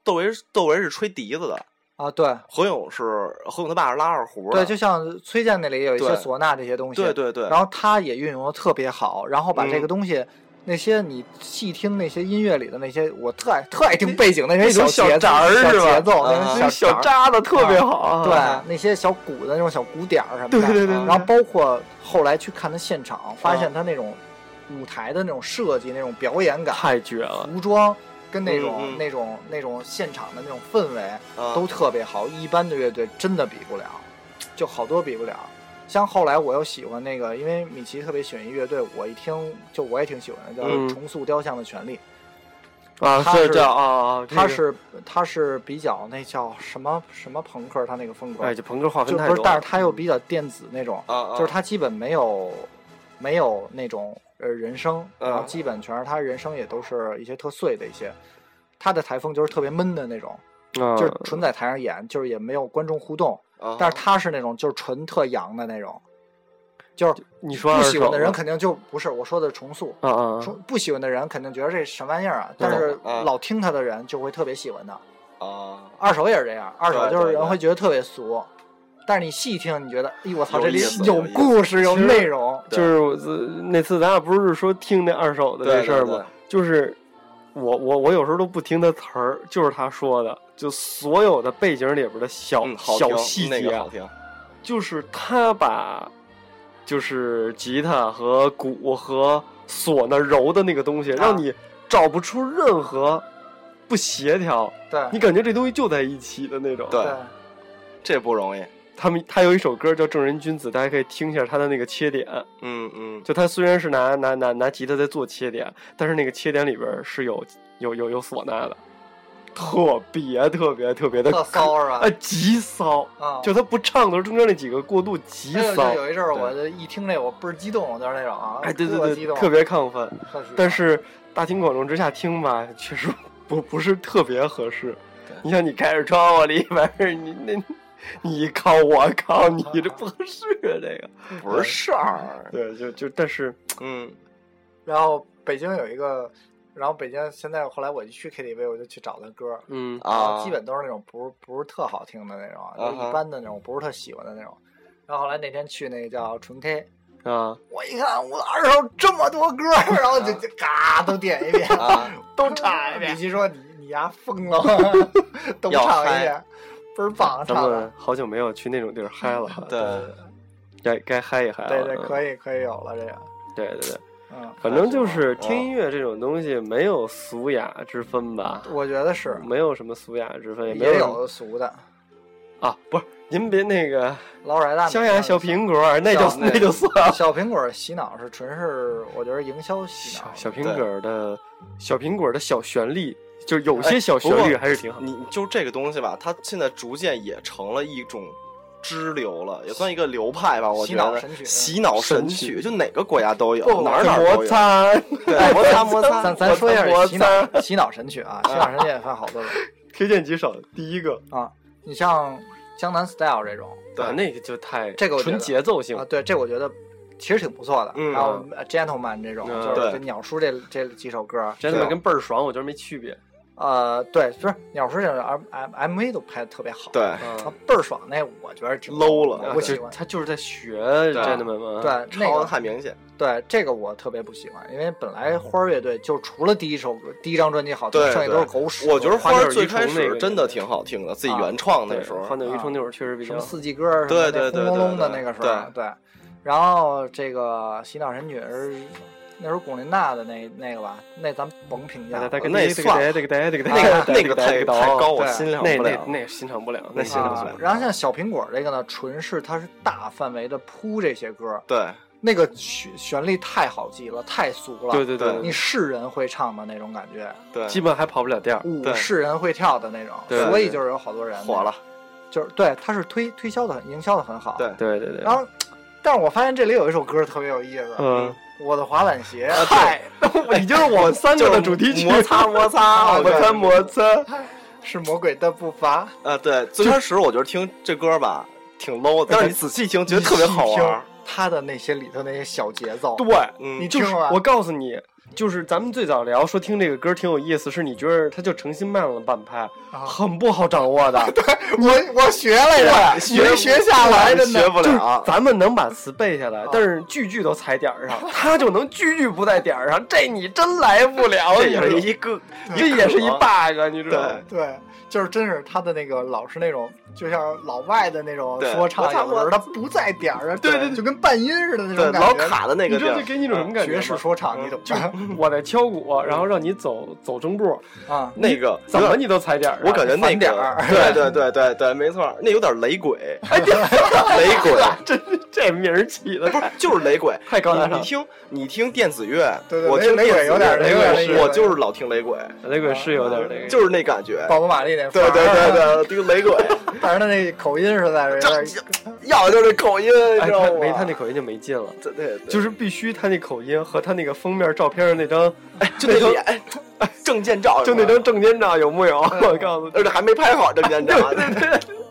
S4: 窦唯，窦唯是吹笛子的，
S2: 啊，对
S4: 何勇是何勇他爸是拉二胡的，
S2: 对，就像崔健那里有一些
S4: 对
S2: 唢呐这些东西，
S4: 对对对
S2: 然后他也运用的特别好，然后把这
S4: 嗯
S2: 个东西。那些你细听那些音乐里的那些，我特爱特爱听背景那些
S3: 种小
S2: 节奏、
S3: 杂儿
S2: 小
S3: 是吧嗯
S2: 节奏、
S4: 啊
S2: 那些
S3: 小
S2: 杂
S3: 渣子特别好啊，
S2: 儿，对那些小鼓的那种小鼓点儿什么的。嗯
S3: 对对对对，
S2: 然后包括后来去看他现场，发现他那种舞台的那种设计、那种表演感、
S3: 太绝了，
S2: 服装跟那种、
S4: 嗯嗯
S2: 那种那种现场的那种氛围，
S4: 啊
S2: 都特别好，一般的乐队真的比不了，就好多比不了。像后来我又喜欢那个，因为米奇特别喜欢一乐队，我一听就我也挺喜欢的，叫
S3: 嗯
S2: 《重塑雕像的权利》
S3: 啊，
S2: 他
S3: 是
S2: 是
S3: 这样啊啊，这
S2: 他
S3: 个
S2: 是他是比较那叫什么什么朋克，他那个风格，
S3: 哎，就朋克划分
S2: 就
S3: 太
S2: 不
S3: 多
S2: 是
S3: 了，，嗯
S2: 但是他又比较电子那种，
S4: 啊啊，
S2: 就是他基本没有没有那种呃人声，
S4: 嗯
S2: 然后基本全是他人声也都是一些特碎的一些，他的台风就是特别闷的那种，
S3: 啊
S2: 就是纯在台上演，就是也没有观众互动，
S4: 啊，
S2: 但是他是那种就是纯特洋的那种，就是
S3: 你说
S2: 不喜欢的人
S3: 肯
S2: 肯定就不是我说的重塑。
S3: 啊啊
S2: 说不喜欢的人肯定觉得这什么玩意儿啊，
S3: 对
S2: 但是
S4: 啊
S2: 老听他的人就会特别喜欢他。
S4: 啊，
S2: 二手也是这样，二手就
S4: 对
S2: 是
S4: 对
S2: 人会觉得特别俗，但是你细听，你觉得，哎，我操，
S4: 有
S2: 这里
S4: 意思
S2: 有
S4: 有意思
S2: 故事，有内容。
S3: 啊，就是我自那次咱俩不是说听那二手的
S4: 对
S3: 这事儿吗？？就是我我我有时候都不听他词儿，就是他说的，就所有的背景里边的小
S4: 对对嗯，好
S3: 小
S4: 听
S3: 细
S4: 那
S3: 节
S4: 个
S3: 啊
S4: 好，听，
S3: 就是他把就是吉他和鼓和唢呐揉的那个东西，
S4: 啊
S3: 让你找不出任何不协调，
S2: 对
S4: 哎
S3: 你感觉这东西就在一起的那种。
S4: 对这不容易，
S3: 他们他有一首歌叫《正人君子》，大家可以听一下他的那个切点。
S4: 嗯嗯，
S3: 就他虽然是拿拿拿拿吉他在做切点，但是那个切点里边儿是有有有有唢呐的，特别特别特别的
S2: 特骚是吧
S3: 啊，？极骚！
S2: 啊，
S3: 就他不唱的时候，中间那几个过渡极
S2: 哎呦
S3: 骚
S2: 就，有一阵儿，
S4: 对
S2: 我就一听这，我倍儿激动，我就是那种啊，
S3: 哎，对对
S2: 特
S3: 对
S2: 激，动，
S3: 特别亢奋。
S2: 特激动
S3: 但是大庭广众之下听吧，确实不不是特别合适
S4: 对。
S3: 你像你开着窗户里边儿，你 那，你靠我靠你，这不合适啊！这个，
S4: 不是事儿，
S3: 对，就就但是
S4: 嗯，
S2: 然后北京有一个，然后北京现在后来我一去 KTV，我就去找他歌，
S3: 嗯
S2: 然
S4: 啊，
S2: 后基本都是那种不是不是特好听的那种，啊
S3: 啊
S4: 哈
S2: 就一般的那种，不是特喜欢的那种。然后后来那天去那个叫纯 K，
S3: 啊，
S2: 我一看我二手这么多歌，然后就就嘎都点一遍，
S4: 啊，
S2: 都唱一
S3: 啊
S2: 遍。李琦说你你丫疯了吗？都唱
S4: 要
S2: 一遍，倍儿棒
S3: 咱
S2: 唱
S3: 们
S2: 的。
S3: 好久没有去那种地儿嗨 了啊，
S4: 对，
S3: 该该嗨一嗨了。
S2: 对对，可
S3: 以，
S2: 以可以有了这个，
S3: 对对对，
S2: 嗯，
S3: 反正就是听音乐这种东西没有俗雅之分吧，
S2: 我觉得是
S3: 没有什么俗雅之分，也
S2: 嗯
S3: 没
S2: 也
S3: 有
S2: 有俗的，
S3: 啊，不是您别那个
S2: 老鼠爱蛋。
S3: 乡下小苹果儿，那就
S2: 小
S3: 那就算 了。
S2: 小苹果洗脑是纯是，我觉得营销洗
S3: 小
S2: 脑。
S3: 小苹果儿的小苹果儿的小旋律，就有
S2: 哎
S3: 些小旋律还是挺好。
S4: 你就这个东西吧，它现在逐渐也成了一种支流了，也算一个流派吧。我觉
S2: 洗脑
S4: 得
S2: 神曲
S4: 洗脑神
S3: 神曲
S4: 曲，就哪个国家都有
S2: 不，
S4: 哪儿哪
S3: 这
S4: 儿都
S3: 摩
S4: 有。
S3: 擦，
S4: 对，摩擦摩擦，
S2: 咱咱说一下
S3: 我
S2: 洗
S3: 我
S2: 脑洗脑神曲啊，洗脑神曲也分好多种。
S3: 推荐几首。第一个
S2: 你像江南 Style 这种
S4: 对
S3: 啊，那个就太
S2: 这个我觉
S3: 纯
S2: 得
S3: 节奏性
S2: 啊，，对，这我觉得其实挺不错的。
S4: 嗯
S2: 然后呃 Gentleman 这种，
S3: 嗯
S2: 就是
S4: 对
S2: 这鸟叔这这几首歌，
S3: 真的跟倍儿爽，我觉得没区别。
S2: 呃，对，不是鸟叔这种 M M MV 都拍的特别好，
S4: 对，
S2: 啊，
S3: 啊，
S2: 倍儿爽。那我觉得挺
S4: low 了
S2: 我
S4: 啊
S2: 不
S4: 对
S2: 喜欢。
S3: 他就是在学 gentleman 嘛。
S2: 对，那
S4: 抄的嗯
S2: 个
S4: 太明显。
S2: 对，这个我特别不喜欢，因为本来花儿乐队就除了第一首歌、第一张专辑好听，
S4: 对
S2: 剩下都是狗屎。
S4: 我觉得花
S3: 花
S4: 儿
S3: 鸟
S4: 最
S3: 鱼虫
S4: 开
S3: 那个
S4: 始真的挺好听的，自己原创
S3: 对
S4: 那时候啊
S3: 欢。乐一冲那会儿确实比
S2: 什
S3: 较
S2: 么四季歌儿，
S4: 对
S2: 什么那
S4: 对对
S2: 轰隆隆
S4: 对
S2: 的
S4: 对
S2: 那个时候，对。然后这个洗脑神曲是那时候龚琳娜的那那个吧，那咱们甭评价
S3: 那
S2: 了。
S3: 个
S4: 啊那
S3: 那
S4: 算
S3: 个那个那个
S4: 那个那个太
S3: 太
S4: 太高，我
S2: 对
S4: 欣赏
S3: 那
S4: 不
S3: 那
S4: 了。
S3: 那欣赏不了，
S4: 那欣
S3: 欣
S4: 赏不
S3: 赏
S4: 了
S3: 不
S2: 啊
S3: 了。，
S2: 然后像小苹果这个呢，纯是它是大范围的铺这些歌儿，
S4: 对，
S2: 那个旋旋律太好记了，太俗了，
S3: 对对
S4: 对
S2: 你是人会唱的那种感觉，
S4: 对，
S3: 基本还跑不了调儿。
S2: 舞
S4: 对
S2: 是人会跳的那种，
S3: 对
S2: 所以就是有好多人
S4: 火了，。
S2: 就是对，它是推推销的很，营销的很好，
S4: 对
S3: 对对对
S2: 然，后，但是我发现这里有一首歌特别有意思，
S3: 嗯，
S2: 我的滑板鞋》
S4: 啊对
S2: 嗨，
S3: 已经是我们三个的主题曲，
S4: 摩擦摩擦，
S2: 啊
S4: 我
S3: 摩
S2: 对
S3: 擦摩擦。
S2: 是魔鬼的步伐，
S4: 啊，对，最开始我觉得听这歌吧挺 low，的，但是你仔细听，觉得特别好玩儿。
S2: 他的那些里头那些小节奏，
S3: 对，
S4: 嗯，
S2: 你
S3: 就是
S2: 听了吧
S3: 我告诉你，就是咱们最早聊说听这个歌挺有意思，是你觉得他就诚心慢了半拍，
S2: 啊
S3: 很不好掌握的。
S2: 我我学来 着，没学下来，真
S4: 学
S2: 的。
S4: 不了。啊
S3: 咱们能把词背下来，但是句句都踩点儿上，他就能句句不在点儿上，这你真来不了。
S4: 这也是
S3: 你知
S4: 一个，
S3: 道这也是一 bug，你知道吗
S4: 对？
S2: 对，就是真是他的那个老是那种，就像老外的那种
S4: 对
S2: 说唱，
S4: 我操
S2: 有的时候他不在点儿啊，对
S4: 对
S2: 就跟半音似的那
S4: 对
S2: 种感
S4: 老
S2: 觉。
S4: 卡的那
S3: 你
S4: 个
S3: 知
S4: 地
S3: 道
S4: 儿
S3: 这，给你一种什么感觉
S2: 爵士
S3: 吗？
S2: 说唱，你懂
S3: 我在敲鼓，然后让你走走正步，
S2: 吗？ 啊，
S4: 那个
S3: 怎么你都踩点儿上？
S4: 我感觉 那
S2: 反点
S4: 个
S2: 儿，
S4: 对对对对对，没错，那有点雷鬼，雷鬼
S3: 这哎这名儿起的
S4: 不是就是雷鬼。
S3: 太高大
S4: 你
S3: 上
S4: 你。听你听电子乐，
S2: 对对
S4: 我
S2: 雷
S4: 听
S2: 雷
S4: 电
S2: 鬼
S4: 子
S2: 有点
S4: 乐
S2: 雷
S3: 鬼
S2: 是
S4: 我就是老听雷鬼，
S3: 雷鬼是有点儿那个，
S4: 就是那感觉。
S2: 宝宝玛丽那范
S4: 对
S2: 儿
S4: 对对，对，听雷鬼，
S2: 但是他那口音实在是有点
S4: 要的就是口音，你
S3: 哎，
S4: 知道
S3: 他
S4: 吗？
S3: 没他那 口音就没劲了。
S4: 对对，对
S3: 就是必须他那口音和他那个封面照片上那张，
S4: 就那脸，哎 证件照
S3: 就那张证件照有木有？ 我告诉
S4: 而且还没拍好证件照呢，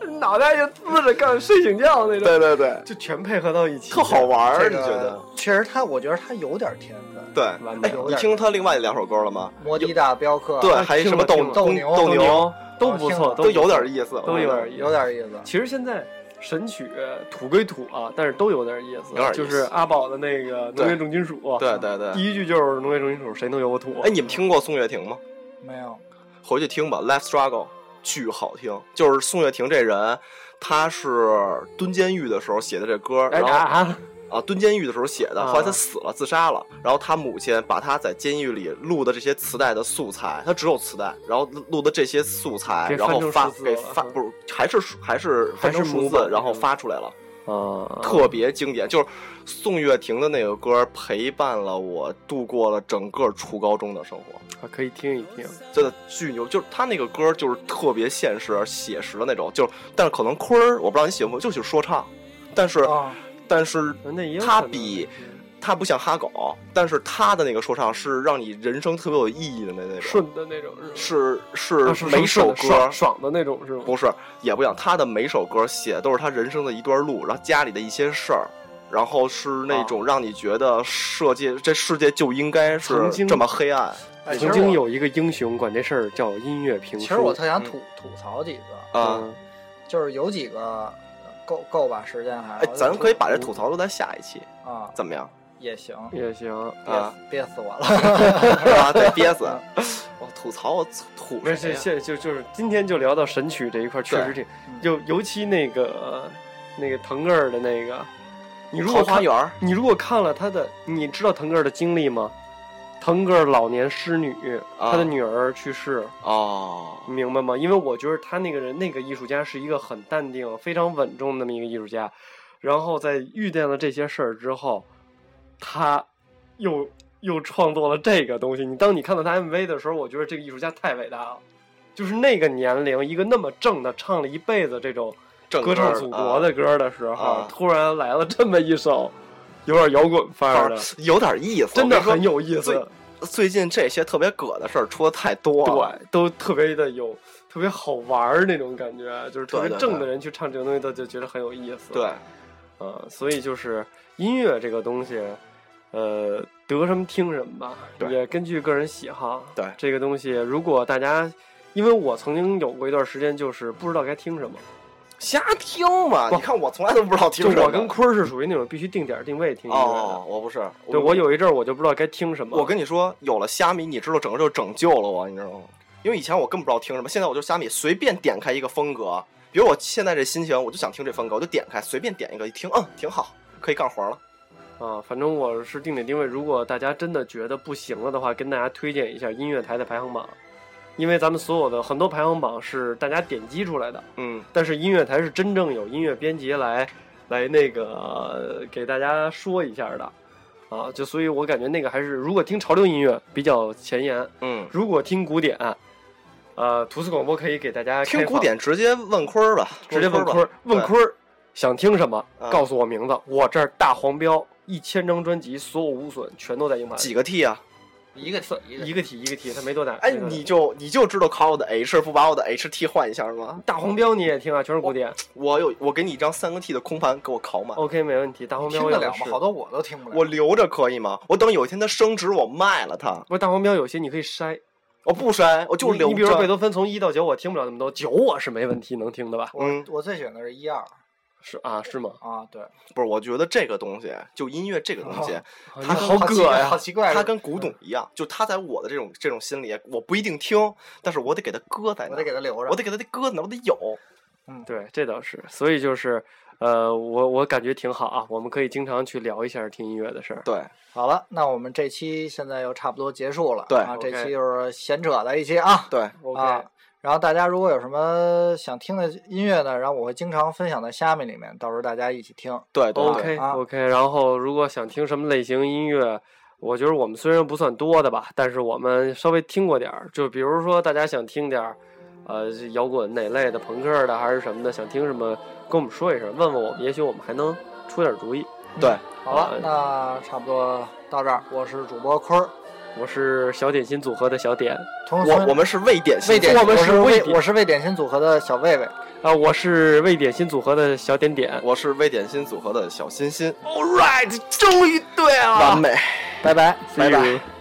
S3: 你，脑袋就滋着干睡醒觉那种，
S4: 对对对，
S3: 就全配合到一起，
S4: 特好。玩儿，
S2: 这
S4: 你
S2: 个
S4: 觉得？
S2: 确实他，我觉得他有点天分。
S4: 对，
S3: 完美
S4: 哎
S2: 有，
S4: 你
S2: 点
S4: 听他另外两首歌了吗？
S2: 摩的大镖客，
S4: 对，还有什么
S3: 啊听
S4: 斗
S3: 了
S2: 听
S4: 斗
S2: 了
S3: 斗
S4: 牛
S3: 牛都不错，
S4: 都有点
S3: 意，
S4: 意思，
S3: 都有点意
S2: 有
S3: 思。
S2: 点意思。
S3: 其实现在神曲土归土啊，但是都有点意思
S4: 有点，意思
S3: 就是阿宝的那个农业重金属，
S4: 对对对。
S3: 第一句就是农业重金属，谁能有我土？
S4: 哎，你们听过宋岳庭吗？
S2: 没有，
S4: 回去听吧，《Life Struggle》巨好听。就是宋岳庭这人，他是蹲监狱的时候写的这歌，
S3: 哎
S4: 然后
S3: 啊，
S4: 啊蹲监狱的时候写的，
S3: 啊
S4: 后来他死了，自杀了，然后他母亲把他在监狱里录的这些磁带的素材，他只有磁带，然后录的这些素材，
S3: 给
S4: 然后
S3: 翻成
S4: 发
S3: 数字
S4: 给
S3: 了
S4: 发不是还是还是
S3: 还
S4: 翻
S3: 是
S4: 成数
S3: 模板
S4: 字，然后发出来了。
S3: 啊，
S4: 特别经典，就是宋岳庭的那个歌陪伴了我度过了整个初高中的生活，
S3: 可以听一听。
S4: 真的巨牛。就是他那个歌就是特别现实写实的那种，就是但是可能坤儿我不知道你喜欢不，就是说唱，但是、
S3: 哦
S2: 啊，
S4: 但是
S3: 那也有
S4: 他
S3: 可能
S4: 比他不像哈狗，但是他的那个说唱是让你人生特别有意义的那那种，
S3: 顺的那种吧
S4: 是
S3: 啊
S4: 是
S3: 是
S4: 每首
S3: 顺的爽
S4: 歌
S3: 爽的那种是吗？
S4: 不是，也不一样。他的每首歌写的都是他人生的一段路，然后家里的一些事儿，然后是那种让你觉得世界这世界就应该
S3: 曾
S4: 是
S3: 经
S4: 这么黑暗
S2: 哎
S3: 曾
S2: 其实
S3: 经
S2: 我
S3: 有一个英雄管这事儿叫音乐评
S2: 其
S3: 书。
S2: 实我特想
S4: 嗯
S2: 吐吐槽几个，
S4: 啊！
S3: 嗯
S2: 就是有几个呃够够吧，时间还。
S4: 哎，
S2: 我就
S4: 咱
S2: 吐
S4: 可以把这吐槽都在下一期，
S2: 啊，
S4: 怎 么样？
S2: 也行，
S3: 也行，
S2: 憋
S4: 啊
S2: 死憋死我了。
S4: 啊，对，憋 死！我吐槽我吐
S3: 没
S4: 谁
S3: 事，
S4: 呀
S3: 现就就是今天就聊到神曲这一块儿，确
S4: 对
S3: 实挺
S2: 嗯
S3: 尤尤其那个那个腾格尔的那个，你如果
S4: 桃花
S3: 看
S4: 源儿
S3: 你如果看了他的，你知道腾格尔的经历吗？腾格尔老年失女，
S4: 啊
S3: 他的女儿去世，
S4: 哦，
S3: 你明白吗？因为我觉得他那个人，那个艺术家是一个很淡定、非常稳重的那么一个艺术家，然后在遇见了这些事儿之后，他又又创作了这个东西。你当你看到他 MV 的时候，我觉得这个艺术家太伟大了，就是那个年龄，一个那么正的，唱了一辈子这种
S4: 正
S3: 歌
S4: 儿
S3: 唱祖国的
S4: 啊
S3: 歌的时候，
S4: 啊
S3: 突然来了这么一首有点摇滚范儿的，
S4: 有点意思，
S3: 真的
S4: 我跟
S3: 很
S4: 你
S3: 有意
S4: 最
S3: 思。
S4: 说。最近这些特别葛的事儿出的太多了，
S3: 对，都特别的有特别好玩儿那种感觉，啊就是特
S4: 对对
S3: 别正
S4: 对
S3: 的人去唱这种东西，他就觉得很有意思。
S4: 对，
S3: 呃，所以就是音乐这个东西，呃，得什么听什么吧，
S4: 对
S3: 也根据个人喜好。
S4: 对
S3: 这个东西，如果大家，因为我曾经有过一段时间，就是不知道该听什么，
S4: 瞎听嘛。
S3: 不
S4: 你看我从来都不知道听
S3: 就
S4: 什么。
S3: 我跟坤儿是属于那种必须定点儿定位听音乐的。
S4: 哦，我不是，
S3: 对我有一阵儿我就不知道该听什么，
S4: 我跟你说，有了虾米，你知道整个就拯救了我，你知道吗？因为以前我根本不知道听什么，现在我就虾米随便点开一个风格，比如我现在这心情，我就想听这风格，我就点开随便点一个，一听，嗯，挺好，可以干活了。
S3: 啊，反正我是定点定位。如果大家真的觉得不行了的话，跟大家推荐一下音乐台的排行榜，因为咱们所有的很多排行榜是大家点击出来的，
S4: 嗯，
S3: 但是音乐台是真正有音乐编辑来来那个、呃给大家说一下的。啊，就所以，我感觉那个还是，如果听潮流音乐比较前沿，
S4: 嗯，
S3: 如果听古典，呃，吐司广播可以给大家
S4: 听
S3: 开
S4: 古
S3: 放
S4: 典直接问坤儿吧，
S3: 直接问
S4: 吧
S3: 坤儿，问
S4: 对
S3: 坤儿想听什么，
S4: 啊
S3: 告诉我名字，我这儿大黄标，一千张专辑，所有无损，全都在硬盘。
S4: 几个 T 啊？
S2: 一个题一个
S3: 一
S2: 题
S3: 个题一个题，他没多大。
S4: 哎，
S3: 没多大
S4: 你就你就知道考我的 H，不把我的 HT 换一下吗？
S3: 大黄标你也听啊，全是古典。
S4: 我有，我给你一张三个 T 的空盘，给我考满。
S3: OK，没问题。大黄标
S2: 听
S3: 我
S2: 得
S3: 有
S2: 了
S3: 的
S2: 吗？
S3: 是
S2: 好多我都听不了。
S4: 我留着可以吗？我等有一天它升值，我卖了它，
S3: 不是大黄标，有些你可以筛，
S4: 我不删，我就
S3: 你
S4: 留着。
S3: 你比如说贝多芬从一到九，我听不了那么多，九我是没问题能听的吧？
S2: 我
S4: 嗯
S2: 我最喜欢的是一二
S3: 是啊，是吗？
S2: 啊，对，
S4: 不是，我觉得这个东西，就音乐这个东西，
S3: 哦你
S4: 它
S3: 好嗯
S2: 奇
S3: 葛
S2: 怪好
S3: 呀！
S2: 奇怪，
S4: 它跟古董一样，就它在我的这种这种心里，我不一定听，但是我得给它搁在那儿，
S2: 我得给它留着，
S4: 我得给它搁在那儿，我得有。
S3: 嗯对，这倒是。所以就是，呃，我我感觉挺好啊，我们可以经常去聊一下听音乐的事儿。
S4: 对，
S2: 好了，那我们这期现在又差不多结束了。
S4: 对
S2: 啊，这
S3: OK
S2: 期就是闲扯的一期啊。
S4: 对，
S3: OK，、
S2: 啊，然后大家如果有什么想听的音乐呢，然后我会经常分享在虾米里面，到时候大家一起听。
S4: 对，对对
S3: OK
S2: 啊
S3: OK，然后如果想听什么类型音乐，我觉得我们虽然不算多的吧，但是我们稍微听过点儿。就比如说大家想听点儿，呃，摇滚哪类的、朋克的还是什么的，想听什么，跟我们说一声，问问我们，也许我们还能出点主意。
S4: 对，
S2: 好了，那差不多到这儿，我是主播坤儿，
S3: 我是小点心组合的小点，
S2: 同
S4: 我
S2: 村
S4: 我们是未点心，
S2: 未点，
S3: 我们
S2: 我
S3: 是
S2: 是
S3: 未
S2: 未
S3: 点
S2: 我是未点心组合的小魏魏。
S3: 啊、我是未点心组合的小点点，
S4: 我是未点心组合的小心心，
S3: All right，终于对了，
S4: 完美。
S2: 拜拜，
S3: See you，拜拜。